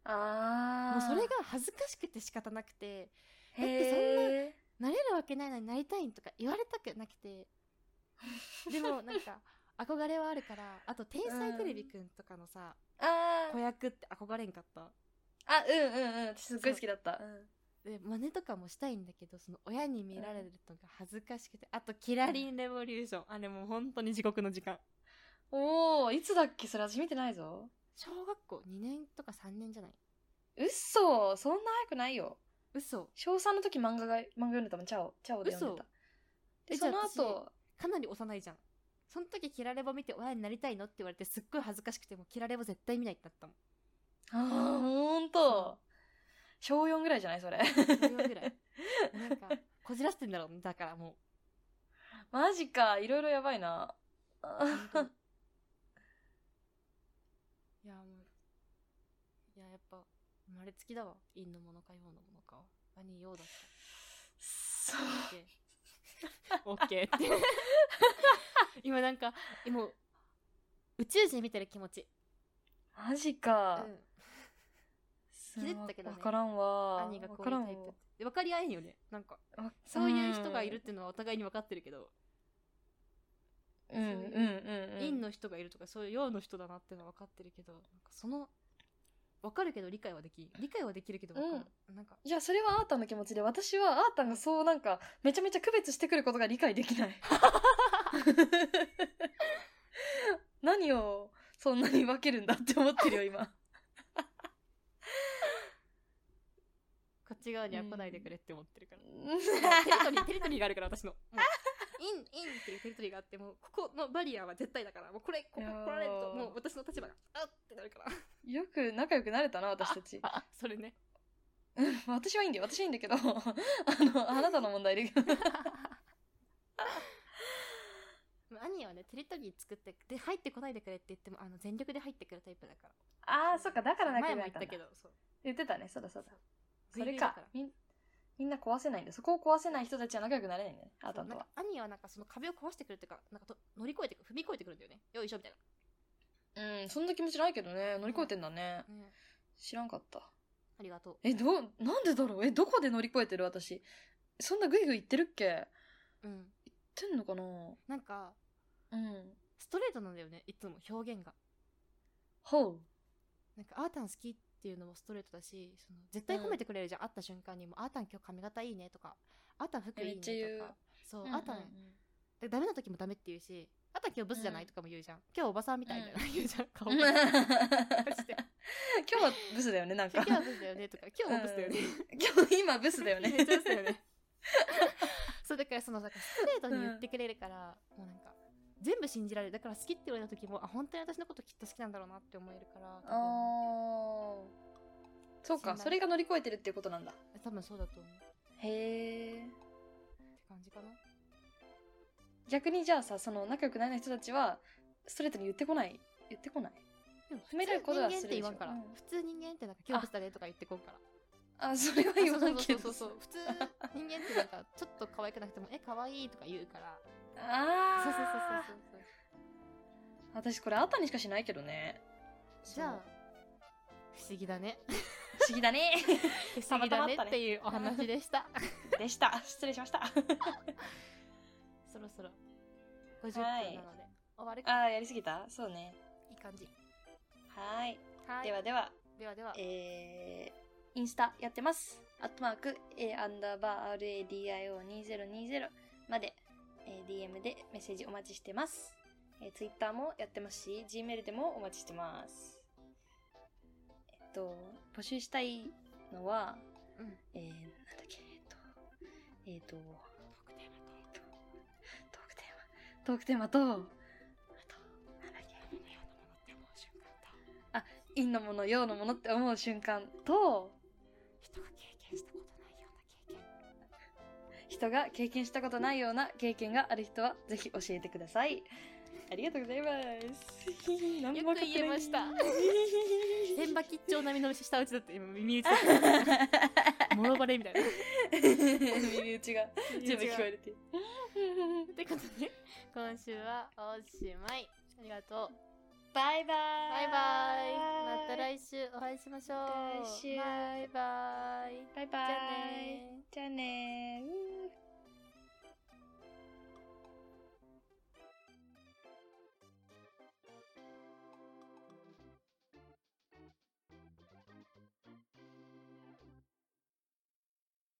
[SPEAKER 2] あ
[SPEAKER 1] もう
[SPEAKER 2] あ。
[SPEAKER 1] それが、恥ずかしくて仕方なくてだってそんな
[SPEAKER 2] へえ。
[SPEAKER 1] なれるわけないのになりたいんとか言われたくなくてでもなんか憧れはあるからあと「天才テレビくん」とかのさ、
[SPEAKER 2] あ
[SPEAKER 1] 子
[SPEAKER 2] ー
[SPEAKER 1] 役って憧れんかった
[SPEAKER 2] あ、うんうんうん。私すっごい好きだった。うん
[SPEAKER 1] で真似とかもしたいんだけどその親に見られるのが恥ずかしくてあと「キラリンレボリューション」あれもう本当に地獄の時間
[SPEAKER 2] おー、いつだっけそれ私見てないぞ。
[SPEAKER 1] 小学校2年とか3年じゃない
[SPEAKER 2] 嘘そんな早くないよ。
[SPEAKER 1] 嘘
[SPEAKER 2] 小3の時漫画が、漫画読んでたもん、チャオ、チャオで読んでた。
[SPEAKER 1] 嘘
[SPEAKER 2] で、
[SPEAKER 1] え
[SPEAKER 2] その
[SPEAKER 1] じゃあ
[SPEAKER 2] 後、
[SPEAKER 1] かなり幼いじゃんその時「キラレボ」見て親になりたいのって言われてすっごい恥ずかしくてもう「キラレボ」絶対見ないってなったもん
[SPEAKER 2] あー、ほんと。小4ぐらいじゃないそれ。
[SPEAKER 1] それはぐら いなんかこじらせてんだろうねだからも
[SPEAKER 2] マジか、いろいろやばいな。
[SPEAKER 1] う本当にいやもういややっぱ生まれつきだわ陰のものか陽のものかは何陽だっ
[SPEAKER 2] そう。
[SPEAKER 1] たオッケーって 今なんかもう宇宙人見てる気持ち、
[SPEAKER 2] マジ
[SPEAKER 1] う
[SPEAKER 2] か。
[SPEAKER 1] ん、
[SPEAKER 2] す
[SPEAKER 1] ひねったけどね
[SPEAKER 2] わからんわ。
[SPEAKER 1] 兄がこ
[SPEAKER 2] わ
[SPEAKER 1] うい
[SPEAKER 2] か
[SPEAKER 1] うタ
[SPEAKER 2] らん
[SPEAKER 1] イ
[SPEAKER 2] わ
[SPEAKER 1] プってで分かり合えんよねなんか
[SPEAKER 2] わ
[SPEAKER 1] そういう人がいるっていうのはお互いに分かってるけど、
[SPEAKER 2] うんうんうんうん。
[SPEAKER 1] 陰の人がいるとかそういう陽の人だなっていうのは分かってるけどなんかそのわかるけど理解はできん理解はできるけどわかる、なんか
[SPEAKER 2] いや、それはあーたんの気持ちで、私はあーたんがそうなんか、めちゃめちゃ区別してくることが理解できない。何をそんなに分けるんだって思ってるよ、今。
[SPEAKER 1] こっち側には来ないでくれって思ってるから、テリト リーテリ
[SPEAKER 2] う
[SPEAKER 1] トリーがあるから私のもうインインっていうテリトリーがあってもうここのバリアは絶対だからもうこれここ
[SPEAKER 2] いやー
[SPEAKER 1] 来られるともう私の立場があってなるから
[SPEAKER 2] んよく仲良くなれたな、私たち。
[SPEAKER 1] あそれね
[SPEAKER 2] うん私はいいんだよ、私はいいんだけど、あの、あなたの問題で。
[SPEAKER 1] まあ兄はねテリトリー作ってで入ってこないでくれって言ってもあの全力で入ってくるタイプだから
[SPEAKER 2] ああ、そっか、だから仲
[SPEAKER 1] 前
[SPEAKER 2] 良
[SPEAKER 1] も言っ
[SPEAKER 2] くなれ
[SPEAKER 1] たた
[SPEAKER 2] んだ
[SPEAKER 1] け。どそう
[SPEAKER 2] 言ってたね、そうだそうだ。それ
[SPEAKER 1] グイグイだ
[SPEAKER 2] か
[SPEAKER 1] ら、
[SPEAKER 2] みんみんな壊せないんだ。そこを壊せない人たちは仲良くなれないんだよね、あー
[SPEAKER 1] そ
[SPEAKER 2] た
[SPEAKER 1] うんな
[SPEAKER 2] と
[SPEAKER 1] ん
[SPEAKER 2] は
[SPEAKER 1] か。兄はなんかその壁を壊してくるっていうかなんかと乗り越えてく踏み越えてくるんだよねよいしょみたい
[SPEAKER 2] うん、そんな気持ちないけどね、乗り越えてんだね。
[SPEAKER 1] な、うん、
[SPEAKER 2] 知らんかった。
[SPEAKER 1] ありがとう
[SPEAKER 2] え、どう、なんでだろうえ、どこで乗り越えてる私。そんなグイグイ言ってるっけ言っ
[SPEAKER 1] うん
[SPEAKER 2] てんのかな
[SPEAKER 1] なんか
[SPEAKER 2] うん。
[SPEAKER 1] ストレートなんだよねいつも表現が
[SPEAKER 2] ほう。
[SPEAKER 1] なんかあーたん好きっていうのもストレートだしその絶対褒めてくれるじゃん、会った瞬間にも「あーたん今日髪型いいね」とか「あーたん服いいね」
[SPEAKER 2] めっちゃ言う
[SPEAKER 1] とかそう、
[SPEAKER 2] うん
[SPEAKER 1] あーたんでダメな時もダメって言うし「あーたん今日ブスじゃない?」
[SPEAKER 2] うん
[SPEAKER 1] とかも言うじゃん「今日おばさんみたい」みたいな、言うじゃん顔
[SPEAKER 2] うん
[SPEAKER 1] が
[SPEAKER 2] 今
[SPEAKER 1] して
[SPEAKER 2] 日はブスだよね、なん
[SPEAKER 1] 今
[SPEAKER 2] か。
[SPEAKER 1] 日はブスだよね」とか「今日もブスだよね」
[SPEAKER 2] 今日、今ブスだよ
[SPEAKER 1] めっ
[SPEAKER 2] ね
[SPEAKER 1] ち。ゃブスだよねそうだからそのなんかストレートに言ってくれるから、もうなんか全部信じられるだから好きって言われた時もあ本当に私のこときっと好きなんだろうなって思えるから
[SPEAKER 2] あー。そうか、それが乗り越えてるっていうことなんだ。
[SPEAKER 1] 多分多分そうだと思う
[SPEAKER 2] へえ。
[SPEAKER 1] って感じかな
[SPEAKER 2] 逆にじゃあさ、その仲良くなれない人たちは、ストレートに言ってこない。言ってこない。
[SPEAKER 1] でも
[SPEAKER 2] 褒められることはするでしょ
[SPEAKER 1] 普通人間って言わんから、
[SPEAKER 2] うん
[SPEAKER 1] 普通人間ってなんか今日ブスだねとか言ってこんから
[SPEAKER 2] あ、それは言わ
[SPEAKER 1] そ
[SPEAKER 2] んけど
[SPEAKER 1] うそうそうそう普通人間ってなんかちょっと可愛くなくてもえ可愛いとか言うから
[SPEAKER 2] あー。
[SPEAKER 1] そうそうそうそうそう
[SPEAKER 2] 私これあたにしかしないけどね。
[SPEAKER 1] じゃあ不思議だね
[SPEAKER 2] 不思議だね。
[SPEAKER 1] 不思議だねっていうお話でした
[SPEAKER 2] でした。失礼しま した。
[SPEAKER 1] そろそろ50分なので、終わるか
[SPEAKER 2] ああ、やりすぎたそうね。
[SPEAKER 1] いい感じ
[SPEAKER 2] はーい。
[SPEAKER 1] はい
[SPEAKER 2] ではでは、
[SPEAKER 1] ではでは
[SPEAKER 2] えー、インスタやってます。アットマーク、A アンダーバー RADIO2020 まで、えー DM でメッセージお待ちしてます。えー、Twitter もやってますし、Gmail でもお待ちしてます。えっと、募集したいのは、
[SPEAKER 1] うん
[SPEAKER 2] えー、なんだっけ、えっと、えっと、トークテーマトークテーマと、あと、なんだっけ、あ、陰のもの、陽のものって思う瞬間と、
[SPEAKER 1] 人が経験したことないような経験
[SPEAKER 2] 人が経験したことないような経験がある人は、ぜひ教えてください。ありがとうござい ます。何も分か
[SPEAKER 1] よく
[SPEAKER 2] ってない
[SPEAKER 1] 言えました千葉吉兆並みの下打ちだって今耳打ち もろバレみたいな
[SPEAKER 2] 耳打ちが全部聞こえるっていう。
[SPEAKER 1] ってことで今週はおしまいありがとう
[SPEAKER 2] バイバイ
[SPEAKER 1] バイバイまた来週お会いしましょう
[SPEAKER 2] 来週
[SPEAKER 1] バイバイ
[SPEAKER 2] バイバイ
[SPEAKER 1] じゃあね
[SPEAKER 2] じゃあねーうー